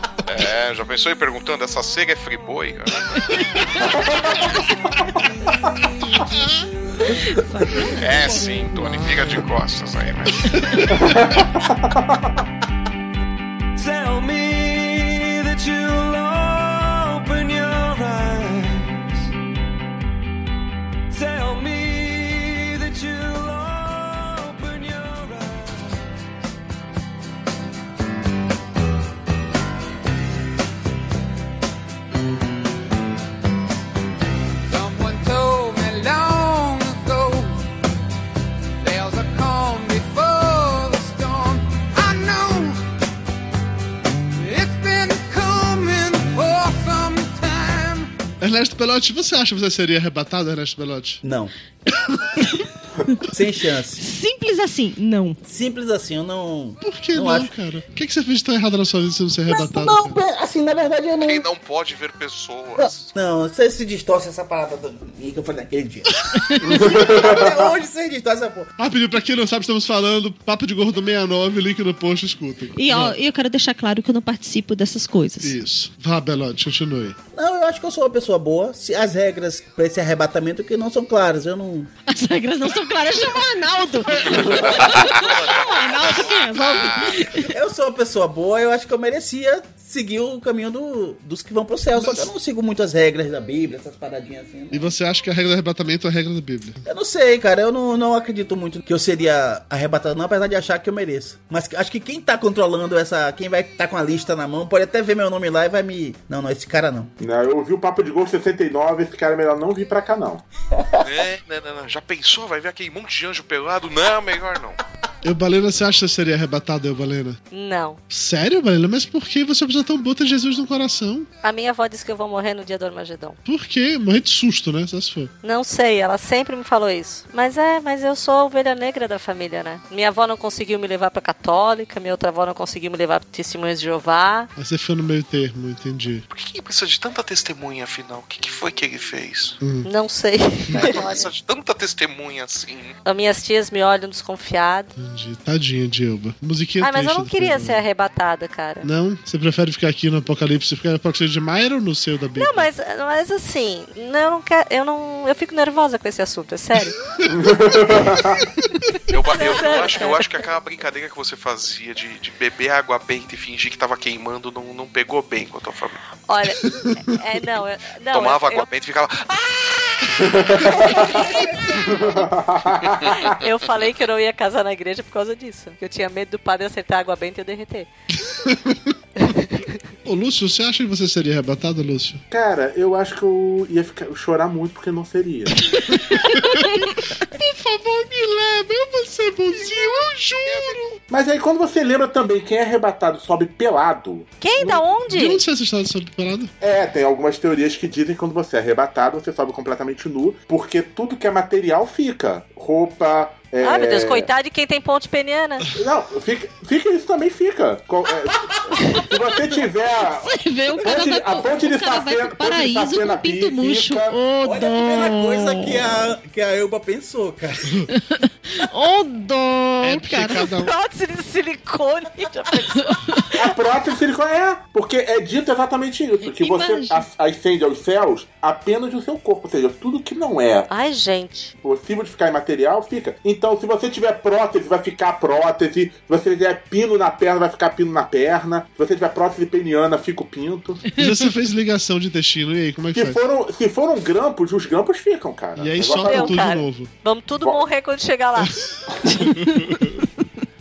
Speaker 3: [laughs]
Speaker 6: É, já pensou aí perguntando, essa cega é friboi? é sim, Tony, fica de costas aí, né?
Speaker 11: Tell me that you'll open your eyes. Tell me that you'll open your eyes.
Speaker 12: Someone told me long ago there's a calm before the storm. I know it's been coming for some time.
Speaker 2: Ernesto
Speaker 6: [laughs]
Speaker 2: Pelotti, você acha que você seria arrebatado, Ernesto Pelotti?
Speaker 5: Não. Sem chance.
Speaker 3: Simples assim, não.
Speaker 5: Simples assim, eu não.
Speaker 2: Por que não, cara? O que, que você fez de tão errado na sua vida se não ser arrebatado?
Speaker 5: Não, assim, na verdade eu não.
Speaker 6: Quem não pode ver pessoas.
Speaker 5: Não, vocês se distorce essa parada do... que eu falei naquele dia. Até hoje vocês distorcem essa porra.
Speaker 2: Rapidinho, Ah, pra quem não sabe, estamos falando Papo de Gordo 69, link no post, escutem.
Speaker 3: E ó, eu quero deixar claro que eu não participo dessas coisas.
Speaker 2: Isso. Vá, Belote, continue.
Speaker 5: Não, eu acho que eu sou uma pessoa boa. Se as regras pra esse arrebatamento que não são claras, eu não.
Speaker 3: As regras não são claras, chama o
Speaker 4: [laughs]
Speaker 3: Arnaldo.
Speaker 5: Eu sou uma pessoa boa, eu acho que eu merecia seguir o caminho do- dos que vão pro céu. Só que eu não sigo muito as regras da Bíblia, essas paradinhas assim.
Speaker 2: E você acha que a regra do arrebatamento é a regra da Bíblia?
Speaker 5: Eu não sei, cara. Eu não, não acredito muito que eu seria arrebatado, não, apesar de achar que eu mereço. Mas que- acho que quem tá controlando essa. Quem vai tá com a lista na mão pode até ver meu nome lá e vai me. Não, não, esse cara não.
Speaker 4: Não, eu ouvi o Papo de Gol 69, esse cara é melhor não vir pra cá, não. [laughs]
Speaker 6: É, não, não, não. Já pensou? Vai ver aquele monte de anjo pelado? Não, melhor não.
Speaker 2: Eu, Balena, você acha que você seria arrebatado, eu, Balena?
Speaker 7: Não.
Speaker 2: Sério, Balena? Mas por que você é uma pessoa tão boa ter Jesus no coração?
Speaker 7: A minha avó disse que eu vou morrer no dia do Armagedon.
Speaker 2: Por quê? Morrer de susto, né? Só se for.
Speaker 7: Não sei, ela sempre me falou isso. Mas é, mas eu sou a ovelha negra da família, né? Minha avó não conseguiu me levar pra católica, minha outra avó não conseguiu me levar pra testemunhas de Jeová.
Speaker 2: Aí você foi no meio termo, entendi.
Speaker 6: Por que que precisa de tanta testemunha, afinal? O que, que foi que ele fez?
Speaker 7: Não sei.
Speaker 6: É, não precisa de tanta testemunha assim.
Speaker 7: [laughs] As minhas tias me olham desconfiado.
Speaker 2: Entendi. Tadinha de Elba. Musiquinha
Speaker 7: Ai, Ah, mas eu
Speaker 2: triste
Speaker 7: não
Speaker 2: do
Speaker 7: queria ser
Speaker 2: programa.
Speaker 7: arrebatada, cara.
Speaker 2: Não? Você prefere ficar aqui no Apocalipse? Ficar no Apocalipse de Maia ou no seu da Bíblia?
Speaker 7: Não, mas, mas assim, não, eu não quero. Eu não. Eu fico nervosa com esse assunto, é sério.
Speaker 6: Eu,
Speaker 7: [laughs]
Speaker 6: eu- eu acho, eu acho que aquela brincadeira que você fazia de, de beber água benta e fingir que tava queimando não, não pegou bem com a tua família.
Speaker 7: Olha, é, é, não, eu- não.
Speaker 6: Tomava
Speaker 7: eu,
Speaker 6: água benta e ficava.
Speaker 7: Eu falei que eu não ia casar na igreja por causa disso. Porque eu tinha medo do padre acertar a água benta e eu derreter.
Speaker 2: Ô, Lúcio, você acha que você seria arrebatado, Lúcio?
Speaker 4: Cara, eu acho que eu ia ficar, chorar muito porque não seria.
Speaker 2: Por favor, Ah, me leva. Eu vou ser bonzinho, eu juro.
Speaker 4: Mas aí quando você lembra também quem é arrebatado sobe pelado.
Speaker 7: Quem? Da onde?
Speaker 2: De onde você assistiu sobre pelado?
Speaker 4: É, tem algumas teorias que dizem que quando você é arrebatado, você sobe completamente nu, porque tudo que é material fica. Roupa. É...
Speaker 7: Ai, Ah, meu Deus, coitado de quem tem ponte peniana.
Speaker 4: Não, fica, fica isso também fica. Co- é, se você tiver.
Speaker 3: Você vê o cara
Speaker 4: Ponte-
Speaker 3: vai,
Speaker 4: a ponte de
Speaker 3: o cara vai
Speaker 4: safena-
Speaker 3: pro
Speaker 4: ponte de
Speaker 3: paraíso com
Speaker 4: safena
Speaker 3: o pinto murcho. Ô,
Speaker 5: Olha a
Speaker 3: dó.
Speaker 5: primeira coisa que a, que a Elba pensou, cara.
Speaker 3: Ô, dó,
Speaker 5: É porque
Speaker 3: cara.
Speaker 2: Então.
Speaker 7: [laughs]
Speaker 5: cada um-
Speaker 7: Prótese de silicone. Já pensou?
Speaker 4: A prótese de silicone é, porque é dito exatamente isso: que você
Speaker 7: Imagina.
Speaker 4: as- ascende aos céus apenas o seu corpo, ou seja, tudo que não é
Speaker 7: Ai, gente.
Speaker 4: possível de ficar imaterial, fica. Então, se você tiver prótese, vai ficar prótese. Se você tiver pino na perna, vai ficar pino na perna. Se você tiver prótese peniana, fica o pinto.
Speaker 2: E você fez ligação de intestino, e aí, como é que
Speaker 4: Se
Speaker 2: faz?
Speaker 4: foram, se foram grampos, os grampos ficam, cara.
Speaker 2: E aí
Speaker 4: O negócio
Speaker 2: solta
Speaker 7: um
Speaker 4: é-
Speaker 2: tudo de novo.
Speaker 7: Vamos tudo morrer quando chegar lá.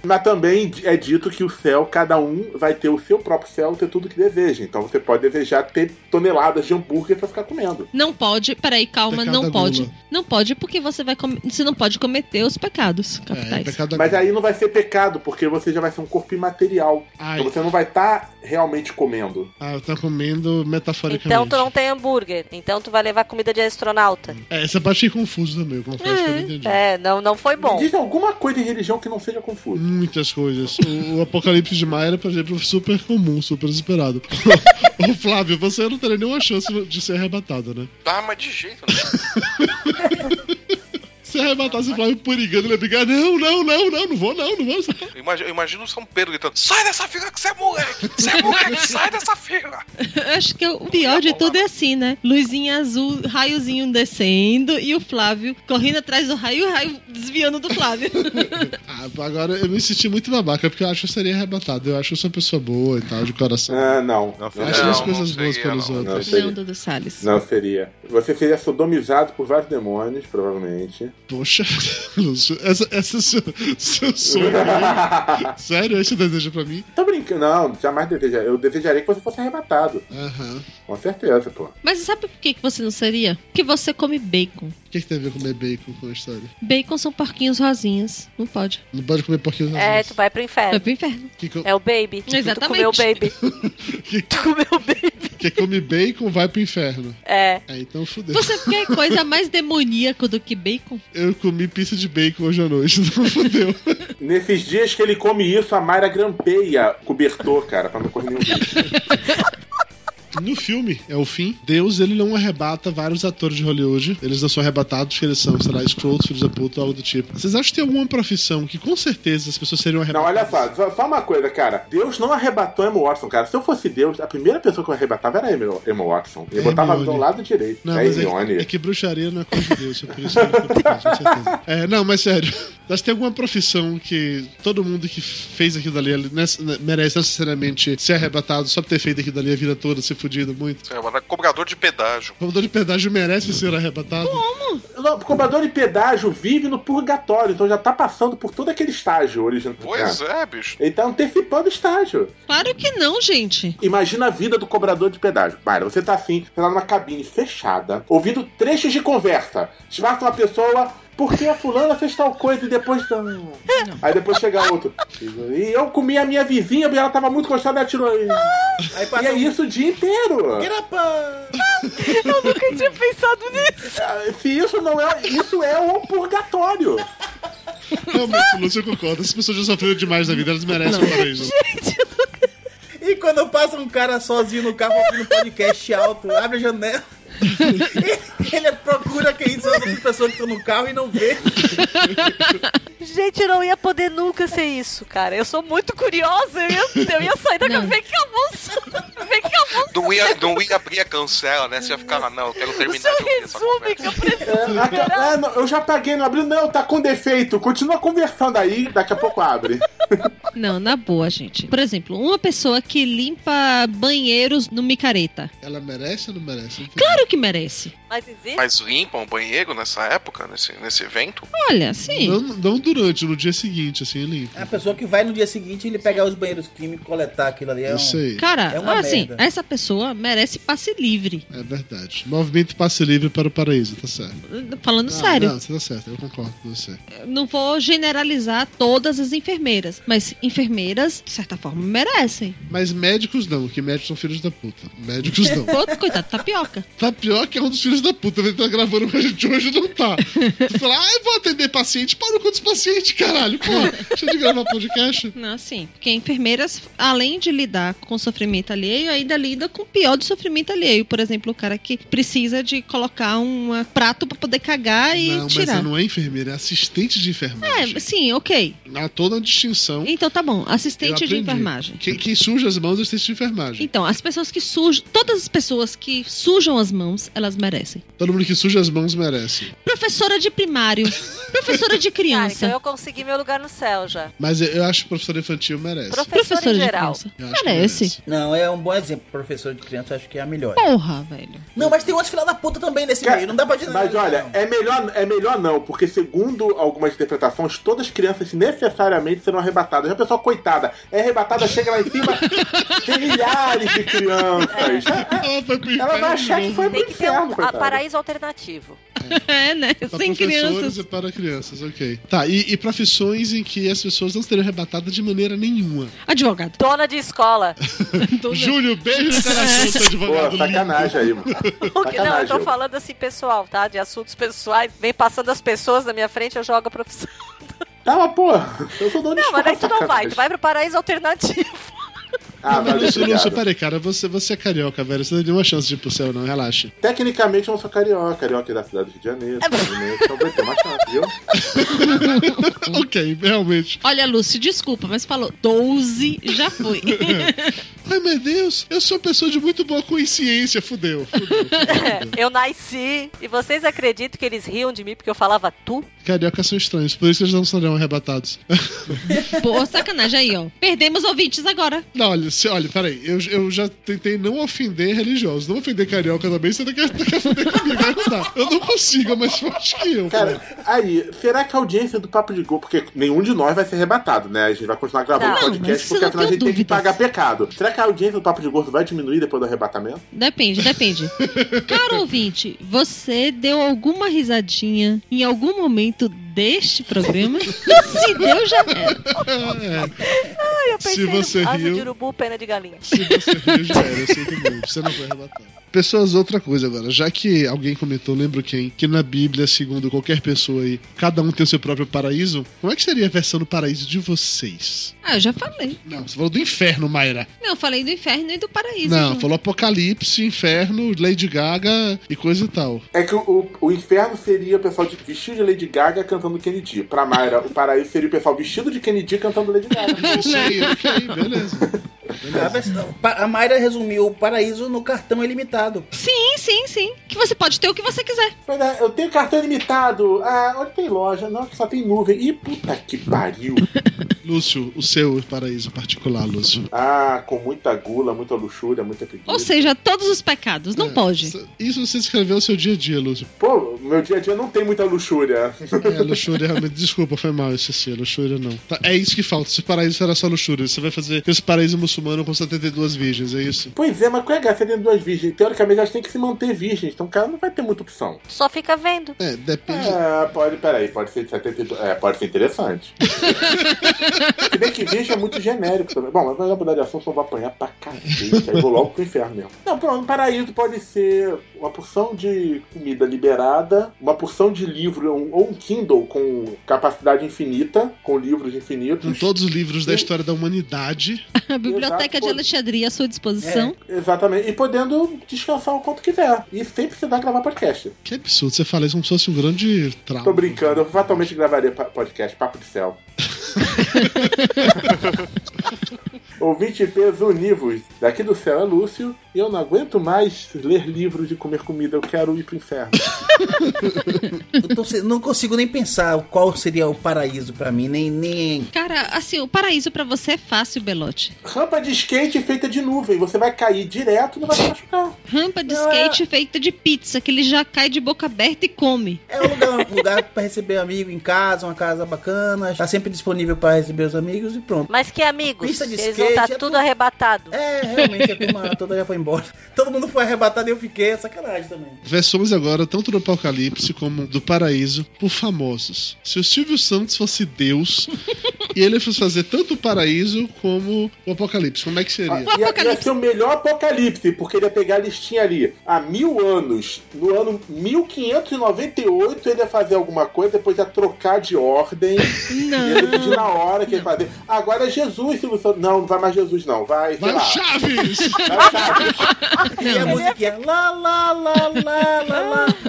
Speaker 4: Mas também é dito que o céu, cada um vai ter o seu próprio céu, ter tudo que deseja. Então você pode desejar ter toneladas de hambúrguer pra ficar comendo.
Speaker 3: Não pode, peraí, calma,
Speaker 4: Pecado
Speaker 3: não
Speaker 4: da
Speaker 3: pode.
Speaker 4: gula.
Speaker 3: Não pode porque você vai com- você não pode cometer os pecados
Speaker 2: É,
Speaker 3: capitais.
Speaker 2: tá um-
Speaker 4: Mas é- aí não vai ser pecado, porque você já vai ser um corpo imaterial.
Speaker 2: Ai.
Speaker 4: Então você não vai estar realmente comendo.
Speaker 2: Ah, eu tô comendo metaforicamente.
Speaker 7: Então tu não tem hambúrguer. Então tu vai levar comida de astronauta.
Speaker 2: É, essa parte fiquei confuso também, eu confesso que eu não entendi.
Speaker 7: É, não, não foi bom.
Speaker 4: Diz alguma coisa em religião que não seja confusa.
Speaker 2: Muitas coisas. O, o Apocalipse de Maia era, por exemplo, super comum, super esperado. [laughs] Ô, Flávio, você não teria nenhuma chance de ser arrebatado, né?
Speaker 6: Ah, mas de jeito nenhum.
Speaker 2: Se arrebatasse o Flávio perigando, ele ia brigar, não, não, não, não, não vou, não, não vou. [laughs]
Speaker 6: Eu imagi- eu imagino o São Pedro gritando: Sai dessa fila que você é moleque! Você é moleque, sai dessa fila!
Speaker 3: Eu Acho que o pior de tudo é assim, né? Luzinha azul, raiozinho descendo e o Flávio correndo atrás do raio e o raio desviando do Flávio.
Speaker 2: Ah, agora eu me senti muito babaca, porque eu acho que eu seria arrebatado. Eu acho que eu sou uma pessoa boa e tal, de coração.
Speaker 4: Ah, não.
Speaker 2: Eu acho
Speaker 4: Não,
Speaker 2: as coisas
Speaker 4: não
Speaker 2: boas
Speaker 4: seria,
Speaker 2: pelos
Speaker 4: não. Não
Speaker 2: outros.
Speaker 4: seria. Não,
Speaker 3: Dudu Salles.
Speaker 4: Não seria. Você seria sodomizado por vários demônios, provavelmente.
Speaker 2: Poxa, [laughs] Lúcio, essa, essa é seu, seu sonho.
Speaker 4: [laughs]
Speaker 2: né? Sério, esse desejo pra mim?
Speaker 4: Tô brincando. Não, jamais desejaria. Eu desejaria que você fosse arrebatado. Com certeza, pô.
Speaker 3: Mas sabe por que que você não seria? Porque você come bacon.
Speaker 2: O que, que tem a ver comer bacon com a história?
Speaker 3: Bacon são porquinhos rosinhas. Não pode.
Speaker 2: Não pode comer porquinho na
Speaker 7: É, tu vai pro inferno.
Speaker 3: Vai pro inferno.
Speaker 2: Que que eu-
Speaker 7: É o baby.
Speaker 3: Exatamente.
Speaker 7: Tu comeu
Speaker 4: [laughs]
Speaker 7: o baby.
Speaker 2: Que-
Speaker 7: Tu comeu o baby.
Speaker 2: Quem come bacon vai pro inferno.
Speaker 7: É.
Speaker 2: É, então fudeu.
Speaker 3: Você
Speaker 7: [laughs]
Speaker 3: quer coisa mais demoníaca do que bacon?
Speaker 2: Eu comi pizza de bacon hoje à noite, [laughs] então fudeu.
Speaker 4: Nesses dias que ele come isso, a Mayra grampeia o cobertor, cara, pra não correr nenhum risco.
Speaker 2: No filme, é o fim. Deus, ele não arrebata vários atores de Hollywood. Eles não são arrebatados, porque eles são, sei lá, escrotos, filhos da puta, algo do tipo. Vocês acham que tem alguma profissão que com certeza as pessoas seriam
Speaker 4: Não,
Speaker 2: arrebatadas?
Speaker 4: olha só, só, só uma coisa, cara. Deus não arrebatou Emma Watson, cara. Se eu fosse Deus, a primeira pessoa que eu arrebatava era a Emma Emma Watson. Eu
Speaker 2: É
Speaker 4: botava
Speaker 2: Hermione.
Speaker 4: do lado direito.
Speaker 2: Não,
Speaker 4: é
Speaker 2: mas é,
Speaker 4: Hermione.
Speaker 2: que- é que bruxaria não é coisa de Deus, é por isso que eu não fui pra cá, com certeza. É, não, mas sério. Mas tem alguma profissão que todo mundo que fez aquilo dali ele nessa- merece necessariamente ser arrebatado só por ter feito aquilo dali a vida toda, ser fudido muito?
Speaker 6: Sei lá, é, Cobrador de pedágio.
Speaker 2: O cobrador de pedágio merece ser arrebatado?
Speaker 4: Como? O cobrador de pedágio vive no purgatório, então já tá passando por todo aquele estágio original.
Speaker 6: Pois é, bicho.
Speaker 4: Ele tá antecipando o estágio.
Speaker 3: Claro que não, gente.
Speaker 4: Imagina a vida do cobrador de pedágio. Mayra, você tá assim, você tá numa cabine fechada, ouvindo trechos de conversa. Desmarca uma pessoa, por que a fulana fez tal coisa e depois. Não. Aí depois chega outro. E eu comi a minha vizinha, porque ela tava muito gostada e atirou. E, e
Speaker 5: um
Speaker 4: é isso o dia
Speaker 13: um
Speaker 4: inteiro.
Speaker 7: Eu nunca tinha pensado nisso.
Speaker 4: Se isso não é. Isso é o purgatório.
Speaker 2: Realmente, Lúcio, eu concordo. As pessoas já sofreram demais na vida, elas merecem um paraíso.
Speaker 13: E quando passa um cara sozinho no carro ouvindo um podcast alto, abre a janela. [laughs] Ele procura quem são as outras pessoas que estão no carro e não vê.
Speaker 7: Gente, eu não ia poder nunca ser isso, cara. Eu sou muito curiosa. Eu ia, eu ia sair da Vem cá, moço. Vem cá, moço.
Speaker 6: Não ia, não ia abrir a cancela, né? Você ia ficar lá, não, eu quero terminar de ouvir essa
Speaker 7: Resume que eu preciso.
Speaker 4: É, é, não, eu já paguei, não abriu, não, tá com defeito. Continua conversando aí, daqui a pouco abre.
Speaker 3: Não, na boa, gente. Por exemplo, uma pessoa que limpa banheiros no micareta.
Speaker 2: Ela merece ou não merece?
Speaker 3: Claro que merece.
Speaker 7: Mas existe?
Speaker 6: Mas limpam o banheiro nessa época, nesse, nesse evento?
Speaker 3: Olha, sim.
Speaker 2: Não, não durante, no dia seguinte, assim, limpo.
Speaker 13: A pessoa que vai no dia seguinte ele pegar os banheiros químicos, coletar aquilo ali. É um,
Speaker 2: Eu sei.
Speaker 3: Cara,
Speaker 13: é uma
Speaker 3: assim,
Speaker 13: merda.
Speaker 3: essa pessoa merece passe livre.
Speaker 2: É verdade. Movimento passe livre para o paraíso, tá certo.
Speaker 3: Falando
Speaker 2: Não,
Speaker 3: sério,
Speaker 2: Não, você tá certo, eu concordo com você.
Speaker 3: Eu não vou generalizar todas as enfermeiras, mas enfermeiras, de certa forma, merecem.
Speaker 2: Mas médicos não, que médicos são filhos da puta. Médicos não.
Speaker 3: Outro, coitado, tapioca.
Speaker 2: Tapioca é um dos filhos da puta. Ele tá gravando com a gente hoje não tá. Você fala, ah, eu vou atender paciente. Para com os pacientes, caralho. Pô, deixa de gravar podcast.
Speaker 3: Não, assim, porque enfermeiras, além de lidar com sofrimento alheio, ainda lida com o pior do sofrimento alheio. Por exemplo, o cara que precisa de colocar um prato pra poder cagar e
Speaker 2: não, mas
Speaker 3: tirar.
Speaker 2: ela não é enfermeira, é assistente de enfermagem.
Speaker 3: É, sim, ok.
Speaker 2: Há toda uma distinção.
Speaker 3: Então tá bom,
Speaker 2: Eu
Speaker 3: assistente de
Speaker 2: aprendi.
Speaker 3: enfermagem.
Speaker 2: Quem, quem suja as mãos é assistente de enfermagem.
Speaker 3: Então, as pessoas que sujam, todas as pessoas que sujam as mãos, elas merecem.
Speaker 2: Todo mundo que suja as mãos merece.
Speaker 3: Professora de
Speaker 2: [laughs]
Speaker 3: primário, professora de
Speaker 7: Cara,
Speaker 3: criança.
Speaker 7: então eu consegui meu lugar no céu já.
Speaker 2: Mas eu, eu acho que professor infantil merece.
Speaker 7: Professora em geral.
Speaker 3: Merece.
Speaker 13: Não, é um bom exemplo. Professor de criança, eu acho que é a melhor.
Speaker 3: Porra, velho. [laughs]
Speaker 13: Não, mas tem outros filha da puta também nesse meio. Não dá pra dizer.
Speaker 4: Mas olha, é melhor, é melhor não, porque segundo algumas interpretações, todas as crianças necessariamente serão arrebatadas. Já a pessoa, coitada, é arrebatada, chega lá em
Speaker 7: [laughs]
Speaker 4: cima, tem milhares de crianças.
Speaker 2: [laughs] Ela vai pro
Speaker 4: Ela vai achar que foi pro
Speaker 7: Tem que ter um
Speaker 4: inferno,
Speaker 7: a-
Speaker 4: coitada.
Speaker 7: paraíso alternativo.
Speaker 3: É, né?
Speaker 2: Para
Speaker 3: Sem
Speaker 2: professores
Speaker 3: crianças.
Speaker 2: e para crianças, ok. Tá, e, e profissões em que as pessoas não seriam arrebatadas de maneira nenhuma.
Speaker 3: Advogado.
Speaker 7: Dona de escola.
Speaker 2: Júlio,
Speaker 3: [laughs]
Speaker 2: beijo no coração, seu advogado.
Speaker 4: Pô, sacanagem aí, mano.
Speaker 7: [laughs] O que- não, eu tô
Speaker 4: Sacanagem.
Speaker 7: falando assim pessoal, tá? De assuntos pessoais. Vem passando as pessoas na minha frente, eu jogo a profissão.
Speaker 4: Tá, mas pô, eu sou dono de
Speaker 7: Não, mas
Speaker 4: escola,
Speaker 7: daí tu não vai.
Speaker 4: tá sacanagem.
Speaker 7: Tu vai pro paraíso alternativo.
Speaker 4: Ah,
Speaker 2: Não,
Speaker 4: valeu,
Speaker 2: Lúcio,
Speaker 4: obrigado.
Speaker 2: Lúcio, peraí, cara, você, você é carioca, velho. Você não tem nenhuma chance de ir pro céu, não, relaxa.
Speaker 4: Tecnicamente eu não sou carioca, carioca é da cidade do Rio de Janeiro, Fluminense, então vai ter mais chance, viu?
Speaker 3: Hum.
Speaker 2: [laughs] ok, realmente.
Speaker 3: Olha, Lúcio, desculpa, mas falou 12 já [laughs] foi.
Speaker 2: Ai, meu Deus, eu sou uma pessoa de muito boa consciência, fudeu. fudeu.
Speaker 7: É, eu nasci. E vocês acreditam que eles riam de mim porque eu falava tu?
Speaker 2: Cariocas são estranhos, por isso eles não serão arrebatados. [laughs]
Speaker 3: Pô, sacanagem aí, ó. Perdemos ouvintes agora.
Speaker 2: Não, olha, se, olha peraí, eu, eu já tentei não ofender religiosos, não ofender carioca também, você não quer, não quer foder comigo, vai mudar. Eu não consigo, mas eu acho que eu.
Speaker 4: Cara, aí, será que a audiência do Papo de Gol, porque nenhum de nós vai ser arrebatado, né? A gente vai continuar gravando
Speaker 3: Não, mas
Speaker 4: podcast
Speaker 3: isso
Speaker 4: porque
Speaker 3: eu
Speaker 4: afinal a
Speaker 3: não
Speaker 4: gente
Speaker 3: tenho
Speaker 4: tem que pagar pecado. Será que a audiência do Papo de Gordo vai diminuir depois do arrebatamento?
Speaker 3: Depende, depende. Caro ouvinte, você deu alguma risadinha em algum é. momento deste programa? Se deu, já era.
Speaker 2: É.
Speaker 7: eu pensei
Speaker 2: Se você
Speaker 7: no asa
Speaker 2: riu-
Speaker 7: de urubu, pena de galinha.
Speaker 2: Se você riu, já era, eu sei do mundo, você não vai arrebatar. Pessoas, outra coisa agora. Já que alguém comentou, lembro quem, que na Bíblia, segundo qualquer pessoa aí, cada um tem o seu próprio paraíso, como é que seria a versão do paraíso de vocês?
Speaker 3: Ah, eu já falei.
Speaker 2: Não, você falou do inferno, Mayra.
Speaker 3: Não, eu falei do inferno e do paraíso.
Speaker 2: não,
Speaker 3: Ju.
Speaker 2: falou apocalipse, inferno, Lady Gaga e coisa e tal.
Speaker 4: É que o, o- o inferno seria o pessoal de vestido de Lady Gaga cantando Kennedy. Pra Mayra, o paraíso seria o pessoal vestido de Kennedy cantando Lady
Speaker 3: [laughs]
Speaker 4: Gaga.
Speaker 2: Isso aí, ok, beleza.
Speaker 13: A versão- pa- A Mayra resumiu o paraíso no cartão ilimitado.
Speaker 3: Sim, sim, sim. Que você pode ter o que você quiser.
Speaker 4: Pois é, eu tenho cartão limitado. Ah, onde tem loja? Não, que só tem nuvem. Ih, puta que pariu.
Speaker 2: Lúcio, o seu paraíso particular, Lúcio.
Speaker 4: Ah, com muita gula, muita luxúria, muita preguiça.
Speaker 3: Ou seja, todos os pecados.
Speaker 2: É.
Speaker 3: Não pode.
Speaker 2: Isso você escreveu o seu dia a dia, Lúcio.
Speaker 4: Pô, meu dia a dia não tem muita luxúria.
Speaker 2: É, luxúria realmente. Desculpa, foi mal esse assim, luxúria não. Tá, é isso que falta. Esse paraíso era só luxúria. Você vai fazer esse paraíso muçulmano com 72 virgens, é isso?
Speaker 4: Pois é, mas qual é a graça de duas virgens? Teoricamente elas têm que se manter virgens, então o cara não vai ter muita opção.
Speaker 7: Só fica vendo.
Speaker 2: É, depende.
Speaker 4: Ah, pode, peraí, pode ser de 72. É, pode ser interessante. se bem que virgem é muito genérico também. Bom, mas vai mudar de assunto, eu vou apanhar pra cacete. Aí vou logo pro inferno mesmo. Não, pronto, paraíso pode ser uma porção de comida liberada, uma porção de livro um- ou um Kindle com capacidade infinita, com livros
Speaker 2: Com
Speaker 4: infinitos.
Speaker 2: todos os livros da história da humanidade.
Speaker 3: A Biblioteca
Speaker 4: Exato,
Speaker 3: de
Speaker 4: pô.
Speaker 3: Alexandria à sua disposição.
Speaker 4: É, exatamente. E podendo descansar o quanto quiser. E sem precisar gravar podcast.
Speaker 2: Que absurdo, você fala isso como se fosse um grande trauma.
Speaker 4: Tô brincando, eu fatalmente gravaria pa- podcast, papo de céu. Ouvinte de peso univos, daqui do céu é Lúcio, e eu não aguento mais ler livros e comer comida, eu quero ir pro inferno.
Speaker 13: Eu tô se- não consigo nem pensar qual seria o paraíso pra mim, nem. nem...
Speaker 5: É.
Speaker 3: Cara, assim, o paraíso pra você é fácil, Belote.
Speaker 4: Rampa de skate feita de nuvem, você vai cair direto e não vai se machucar.
Speaker 3: Rampa de skate feita de pizza, que ele já cai de boca aberta e come.
Speaker 13: É um lugar, um lugar pra receber amigo em casa, uma casa bacana, tá sempre disponível pra receber os amigos e pronto.
Speaker 7: Mas que amigos,
Speaker 13: Pista de
Speaker 7: eles
Speaker 13: skate
Speaker 7: vão
Speaker 13: é
Speaker 7: estar tudo arrebatado.
Speaker 13: É, realmente a turma toda já foi embora. Todo mundo foi arrebatado e eu fiquei, é sacanagem também.
Speaker 2: Versões agora, tanto do Apocalipse como do Paraíso, por famosos. Se o Silvio Santos fosse
Speaker 3: [laughs]
Speaker 2: Deus e ele fosse fazer tanto o Paraíso como o Apocalipse, como é que seria?
Speaker 3: Ah,
Speaker 4: Ia, ia ser o melhor apocalipse, porque ele ia pegar a listinha ali. Há mil anos, no ano 1598, ele ia fazer alguma coisa, depois ia trocar de ordem.
Speaker 3: Não.
Speaker 4: Ia decidir na hora que ia fazer. Agora é Jesus, Silvio Santos. Não, não vai mais Jesus, não. Vai, sei
Speaker 2: Vai
Speaker 4: lá.
Speaker 2: o Chaves!
Speaker 13: E a musiquinha. Lá, lá, lá, lá, lá,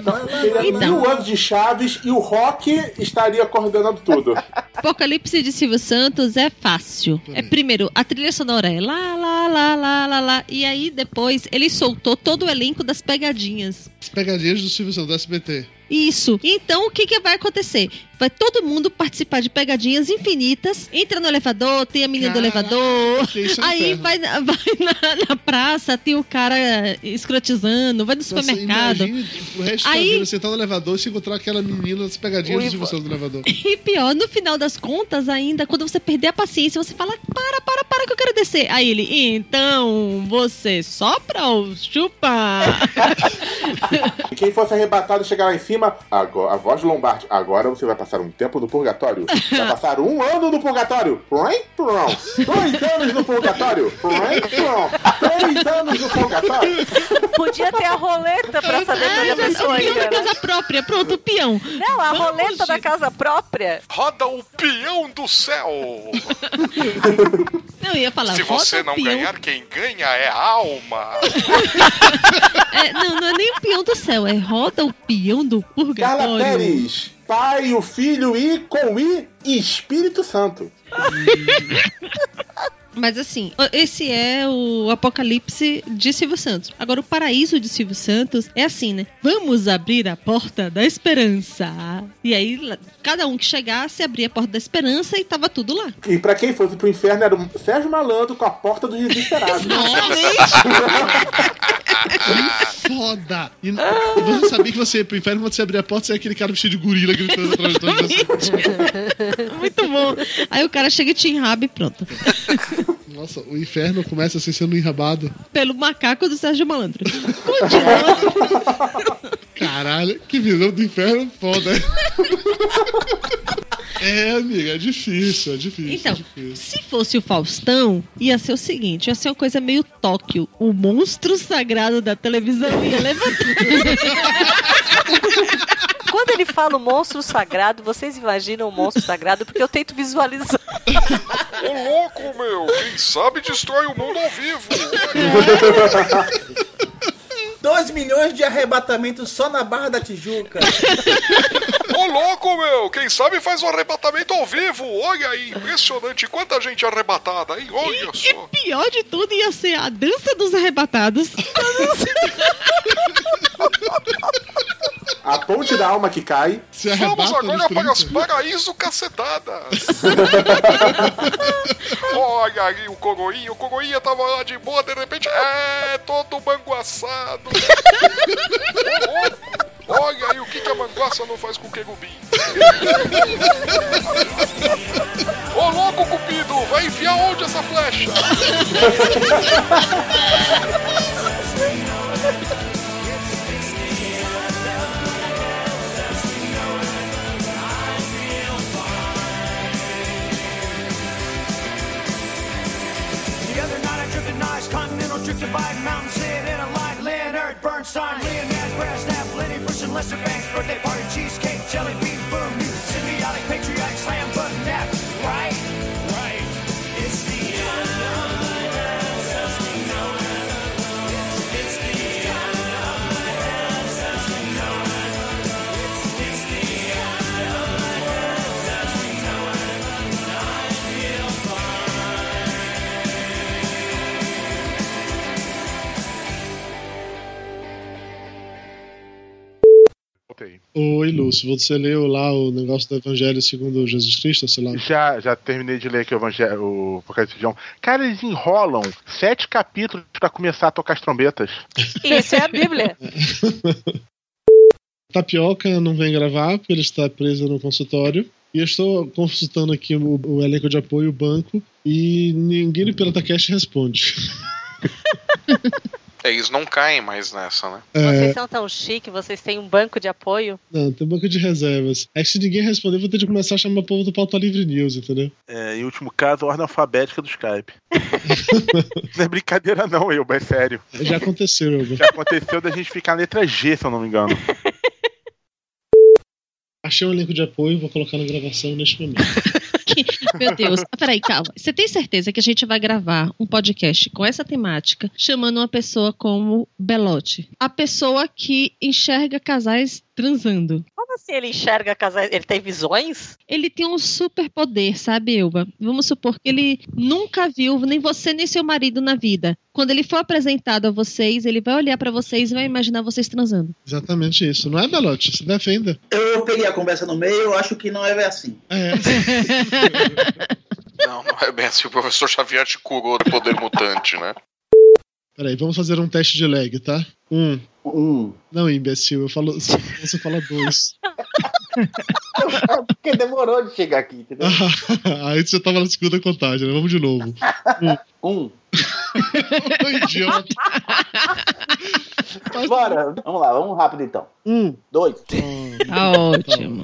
Speaker 13: lá.
Speaker 4: Seria
Speaker 2: Então.
Speaker 4: mil anos de Chaves e o Rock estaria coordenando tudo.
Speaker 3: Apocalipse de Silvio Santos é fácil. É primeiro, a trilha sonora é lá, lá, lá, lá, lá, lá. E aí depois ele soltou todo o elenco das pegadinhas.
Speaker 2: As pegadinhas do Silvio Santos do SBT.
Speaker 3: Isso. Então o que, que vai acontecer? Vai todo mundo participar de pegadinhas infinitas. Entra no elevador, tem a menina do
Speaker 2: Caraca,
Speaker 3: elevador.
Speaker 2: isso é um
Speaker 3: Aí
Speaker 2: inferno.
Speaker 3: vai, na- [laughs] vai na, na praça, tem o cara escrotizando, vai no
Speaker 2: Nossa,
Speaker 3: supermercado.
Speaker 2: imagine o resto
Speaker 3: Aí-
Speaker 2: da vida sentar no elevador e se encontrar aquela menina das pegadinhas do
Speaker 3: Ui,
Speaker 2: Silvio Santos no elevador.
Speaker 3: E pior, no final das contas, ainda, quando você perder a paciência, você fala: para, para, para, que eu quero descer. Aí ele, então, você sopra
Speaker 7: [laughs]
Speaker 3: ou chupa?
Speaker 4: E quem fosse arrebatado chegar lá em cima, agora, a voz de Lombardi, agora você vai passar um tempo no purgatório. Vai passar um ano no purgatório. Prum, prum. Dois anos no purgatório. Prum, prum. Três anos no purgatório.
Speaker 7: Podia ter a roleta pra saber
Speaker 3: Ah,
Speaker 7: toda a
Speaker 3: já
Speaker 7: pessoa
Speaker 3: subiu
Speaker 7: ainda.
Speaker 3: na
Speaker 7: né?
Speaker 3: casa própria, pronto, peão.
Speaker 7: Não, a roleta da casa própria.
Speaker 6: Roda o peão do céu!
Speaker 3: Não, eu ia falar,
Speaker 6: Se você
Speaker 3: roda
Speaker 6: não
Speaker 3: o peão.
Speaker 6: ganhar, quem ganha é a alma.
Speaker 3: É, não, não é nem o peão do céu, é roda o peão do
Speaker 4: Carla
Speaker 3: purgatório.
Speaker 4: Pérez, Pai, o Filho e com I e Espírito Santo.
Speaker 3: Mas assim, esse é o apocalipse de Silvio Santos. Agora, o paraíso de Silvio Santos é assim, né? Vamos abrir a porta da esperança. E aí, lá- cada um que chegasse abria a porta da esperança e tava tudo lá.
Speaker 4: E pra quem fosse pro inferno era o Sérgio Malandro com a porta dos desesperados.
Speaker 3: Ah.
Speaker 2: Foda! E você sabia que você ia pro inferno quando você abria a porta, você é aquele cara vestido de gorila gritando atrás
Speaker 3: [laughs]
Speaker 2: de você.
Speaker 3: Muito bom. Aí o cara chega e te enraba e pronto.
Speaker 2: Nossa, o inferno começa assim sendo enrabado.
Speaker 3: Pelo macaco do Sérgio Malandro.
Speaker 2: Caralho, que visão do inferno foda. É, amiga, é difícil, é difícil.
Speaker 3: Então,
Speaker 2: é difícil.
Speaker 3: Se fosse o Faustão, ia ser o seguinte: ia ser uma coisa meio Tóquio. O monstro sagrado da televisão ia levantar.
Speaker 7: Quando ele fala o monstro sagrado, vocês imaginam o monstro sagrado? Porque eu tento visualizar.
Speaker 13: Ô louco, meu! Quem sabe destrói o mundo ao vivo!
Speaker 14: 2 milhões de arrebatamentos só na Barra da Tijuca.
Speaker 13: Ô louco, meu! Quem sabe faz um arrebatamento ao vivo! Olha aí, impressionante! Quanta gente arrebatada, hein? Olha só!
Speaker 3: Pior de tudo ia ser a dança dos arrebatados.
Speaker 15: A ponte da alma que cai.
Speaker 13: Vamos agora para os paraíso cacetadas! Olha ali o coroinha, o coroinha tava lá de boa, de repente, é, todo manguaçado! Olha aí o que, que a manguaça não faz com o querubim! Ô louco Cupido, vai enfiar onde essa flecha?
Speaker 11: The other night I drifted nice, continental drifted by mountain sin in a light, Leonard Bernstein, Leonard Brasnap, Lenny Bruce, Lester Banks, birthday party, cheesecake, jelly bean, boom, music, symbiotic, patriotic, slam button, nap, right? Right. It's the
Speaker 2: Oi, Lúcio, você leu lá o negócio do Evangelho segundo Jesus Cristo, sei lá?
Speaker 4: Já, já terminei de ler aqui o Evangelho, o Apocalipse de João. Cara, eles enrolam sete capítulos pra começar a tocar as trombetas.
Speaker 7: Isso é a Bíblia.
Speaker 2: Tapioca não vem gravar porque ele está preso no consultório. E eu estou consultando aqui o, o elenco de apoio, o banco, e ninguém do Pirata Cash responde. [laughs]
Speaker 13: É, eles não caem mais nessa, né?
Speaker 2: É.
Speaker 7: Vocês são tão chique, vocês têm um banco de apoio.
Speaker 2: Não, tem banco de reservas. É que se ninguém responder, eu vou ter de começar a chamar o povo do Pauta Livre News, entendeu?
Speaker 4: É, em último caso, a ordem alfabética do Skype. não é brincadeira não, Elba, é sério.
Speaker 2: Já aconteceu, Elba.
Speaker 4: Já aconteceu da gente ficar na letra G, se eu não me engano.
Speaker 2: Achei um elenco de apoio, vou colocar na gravação neste momento.
Speaker 3: [laughs] Meu Deus, ah, peraí, calma. Você tem certeza que a gente vai gravar um podcast com essa temática, chamando uma pessoa como Belote? A pessoa que enxerga casais transando.
Speaker 7: Como assim ele enxerga casais? Ele tem visões?
Speaker 3: Ele tem um superpoder, sabe, Elba? Vamos supor que ele nunca viu nem você nem seu marido na vida. Quando ele for apresentado a vocês, ele vai olhar pra vocês e vai imaginar vocês transando.
Speaker 2: Exatamente isso. Não é, Belote? Se defenda.
Speaker 5: Eu peguei a conversa no meio, eu acho que não é assim.
Speaker 13: Não, não é bem assim. O professor Xavier te curou do poder mutante, né?
Speaker 2: Peraí, vamos fazer um teste de lag, tá? Um. Um. Não, imbecil, eu falo. Você fala dois.
Speaker 5: [laughs] Porque demorou de chegar aqui, entendeu?
Speaker 2: [laughs] Aí você tava na segunda contagem, né? Vamos de novo.
Speaker 5: Um.
Speaker 2: [laughs] Idiota.
Speaker 5: Bora, vamos lá, vamos rápido então.
Speaker 2: Um.
Speaker 5: Dois.
Speaker 3: Tá ótimo.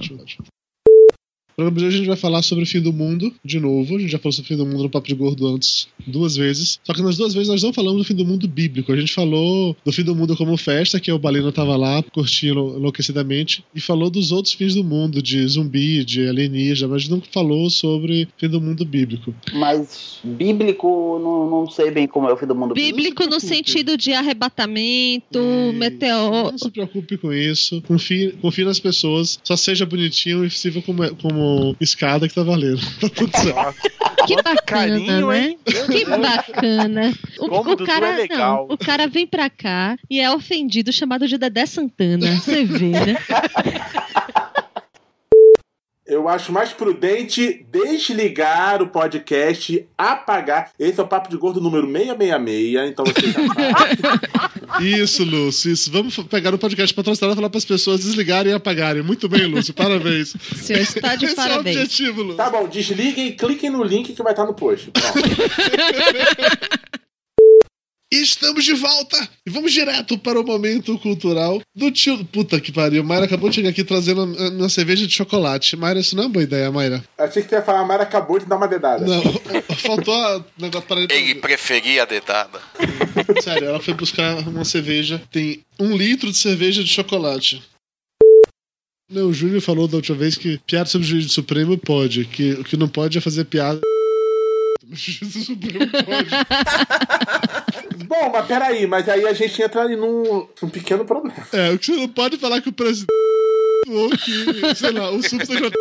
Speaker 2: No programa de hoje a gente vai falar sobre o fim do mundo, de novo. A gente já falou sobre o fim do mundo no Papo de Gordo antes duas vezes. Só que nas duas vezes nós não falamos do fim do mundo bíblico. A gente falou do fim do mundo como festa, que o Balena tava lá curtindo enlouquecidamente, e falou dos outros fins do mundo, de zumbi, de alienígena, mas nunca falou sobre fim do mundo bíblico.
Speaker 5: Mas bíblico, não, não sei bem como é o fim do mundo
Speaker 3: Bíblico no sentido de arrebatamento, meteoro.
Speaker 2: Não se preocupe com isso. Confie, confie nas pessoas. Só seja bonitinho e sirva como, é, como escada que tá valendo. [laughs] Tá tudo certo.
Speaker 3: Que bacana,
Speaker 2: carinho,
Speaker 3: né?
Speaker 2: hein?
Speaker 3: Que bacana. O,
Speaker 2: Como
Speaker 3: o
Speaker 2: Dudu
Speaker 3: cara,
Speaker 2: é legal.
Speaker 3: Não, o cara vem pra cá e é ofendido, chamado de Dedé Santana. Você vê, né? [laughs]
Speaker 15: Eu acho mais prudente desligar o podcast, apagar. Esse é o Papo de Gordo número 666, então você já
Speaker 2: Isso, Lúcio, isso. Vamos f- pegar o podcast patrocinado e falar para as pessoas desligarem e apagarem. Muito bem, Lúcio,
Speaker 3: [laughs]
Speaker 2: parabéns.
Speaker 3: Seu está Tá de
Speaker 2: Esse é o
Speaker 3: parabéns.
Speaker 2: objetivo, Lúcio.
Speaker 15: Tá bom, desliguem e cliquem no link que vai estar no post. Pronto.
Speaker 2: E estamos de volta! E vamos direto para o momento cultural do tio. Puta que pariu, Mayra acabou de chegar aqui trazendo a- a minha cerveja de chocolate. Mayra, isso não é uma boa ideia, Mayra.
Speaker 4: Achei que tu ia falar, a Mara acabou de dar uma dedada.
Speaker 2: Não, [laughs] faltou a negócio para
Speaker 6: Ele preferia a dedada.
Speaker 2: Sério, ela foi buscar uma cerveja. Tem um litro de cerveja de chocolate. Não, o Júnior falou da última vez que piada sobre o juiz do Supremo pode, que o que não pode é fazer piada.
Speaker 4: Bom, mas peraí, mas aí a gente entra ali num, num pequeno problema.
Speaker 2: É, o que você não pode falar que o presidente. Ou que, sei lá, o subsecretário.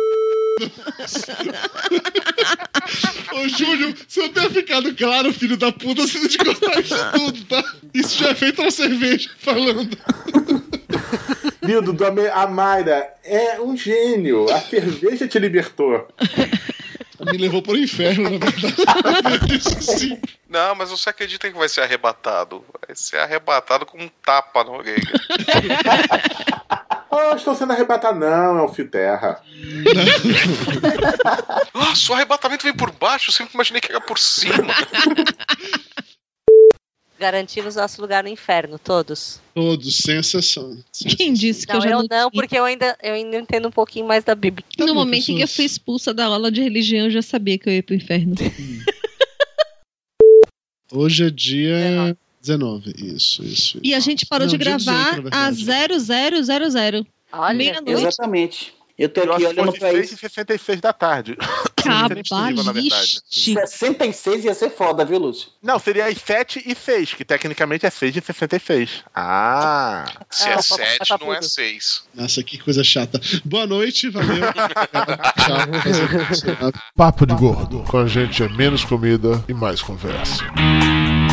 Speaker 2: Ô, Júnior, se eu ter ficado claro, filho da puta, você tem de cortar isso tudo, tá? Isso já é feito uma cerveja falando.
Speaker 4: Lindo, do Ame- a Mayra é um gênio. A cerveja te libertou.
Speaker 2: Me levou pro inferno, na verdade.
Speaker 6: Não, mas você acredita que vai ser arrebatado? Vai ser arrebatado com um tapa na [laughs] orelha.
Speaker 4: Oh, estou sendo arrebatado. Não, é o fio terra.
Speaker 6: Nossa, o Ah, arrebatamento vem por baixo, eu sempre imaginei que era por cima.
Speaker 7: Garantimos nosso lugar no inferno, todos.
Speaker 2: Todos, sem exceção.
Speaker 3: Quem disse que
Speaker 7: Não,
Speaker 3: eu já
Speaker 7: eu
Speaker 3: não
Speaker 7: não, porque eu ainda, eu ainda entendo um pouquinho mais da Bíblia.
Speaker 3: No momento em que eu fui expulsa da aula de religião, eu já sabia que eu ia pro inferno.
Speaker 2: Hoje é dia 19. Isso, isso.
Speaker 3: E a gente parou
Speaker 2: Não,
Speaker 3: de
Speaker 2: dia 18,
Speaker 3: gravar
Speaker 2: na
Speaker 3: a 0000. Meia-noite.
Speaker 10: Exatamente. Eu tô aqui
Speaker 16: acho que
Speaker 10: olhando
Speaker 16: fosse
Speaker 10: pra
Speaker 16: 6
Speaker 10: isso.
Speaker 16: e 66 da tarde. Seria na verdade.
Speaker 10: 66 ia ser foda, viu, Lúcio?
Speaker 16: Não, seria às 7 e 6, que tecnicamente é 6 e 66. Ah!
Speaker 6: Se é 7, não é 6.
Speaker 2: Nossa, que coisa chata. Boa noite, valeu. Tchau.
Speaker 17: Papo de gordo. Com a gente é menos comida e mais conversa.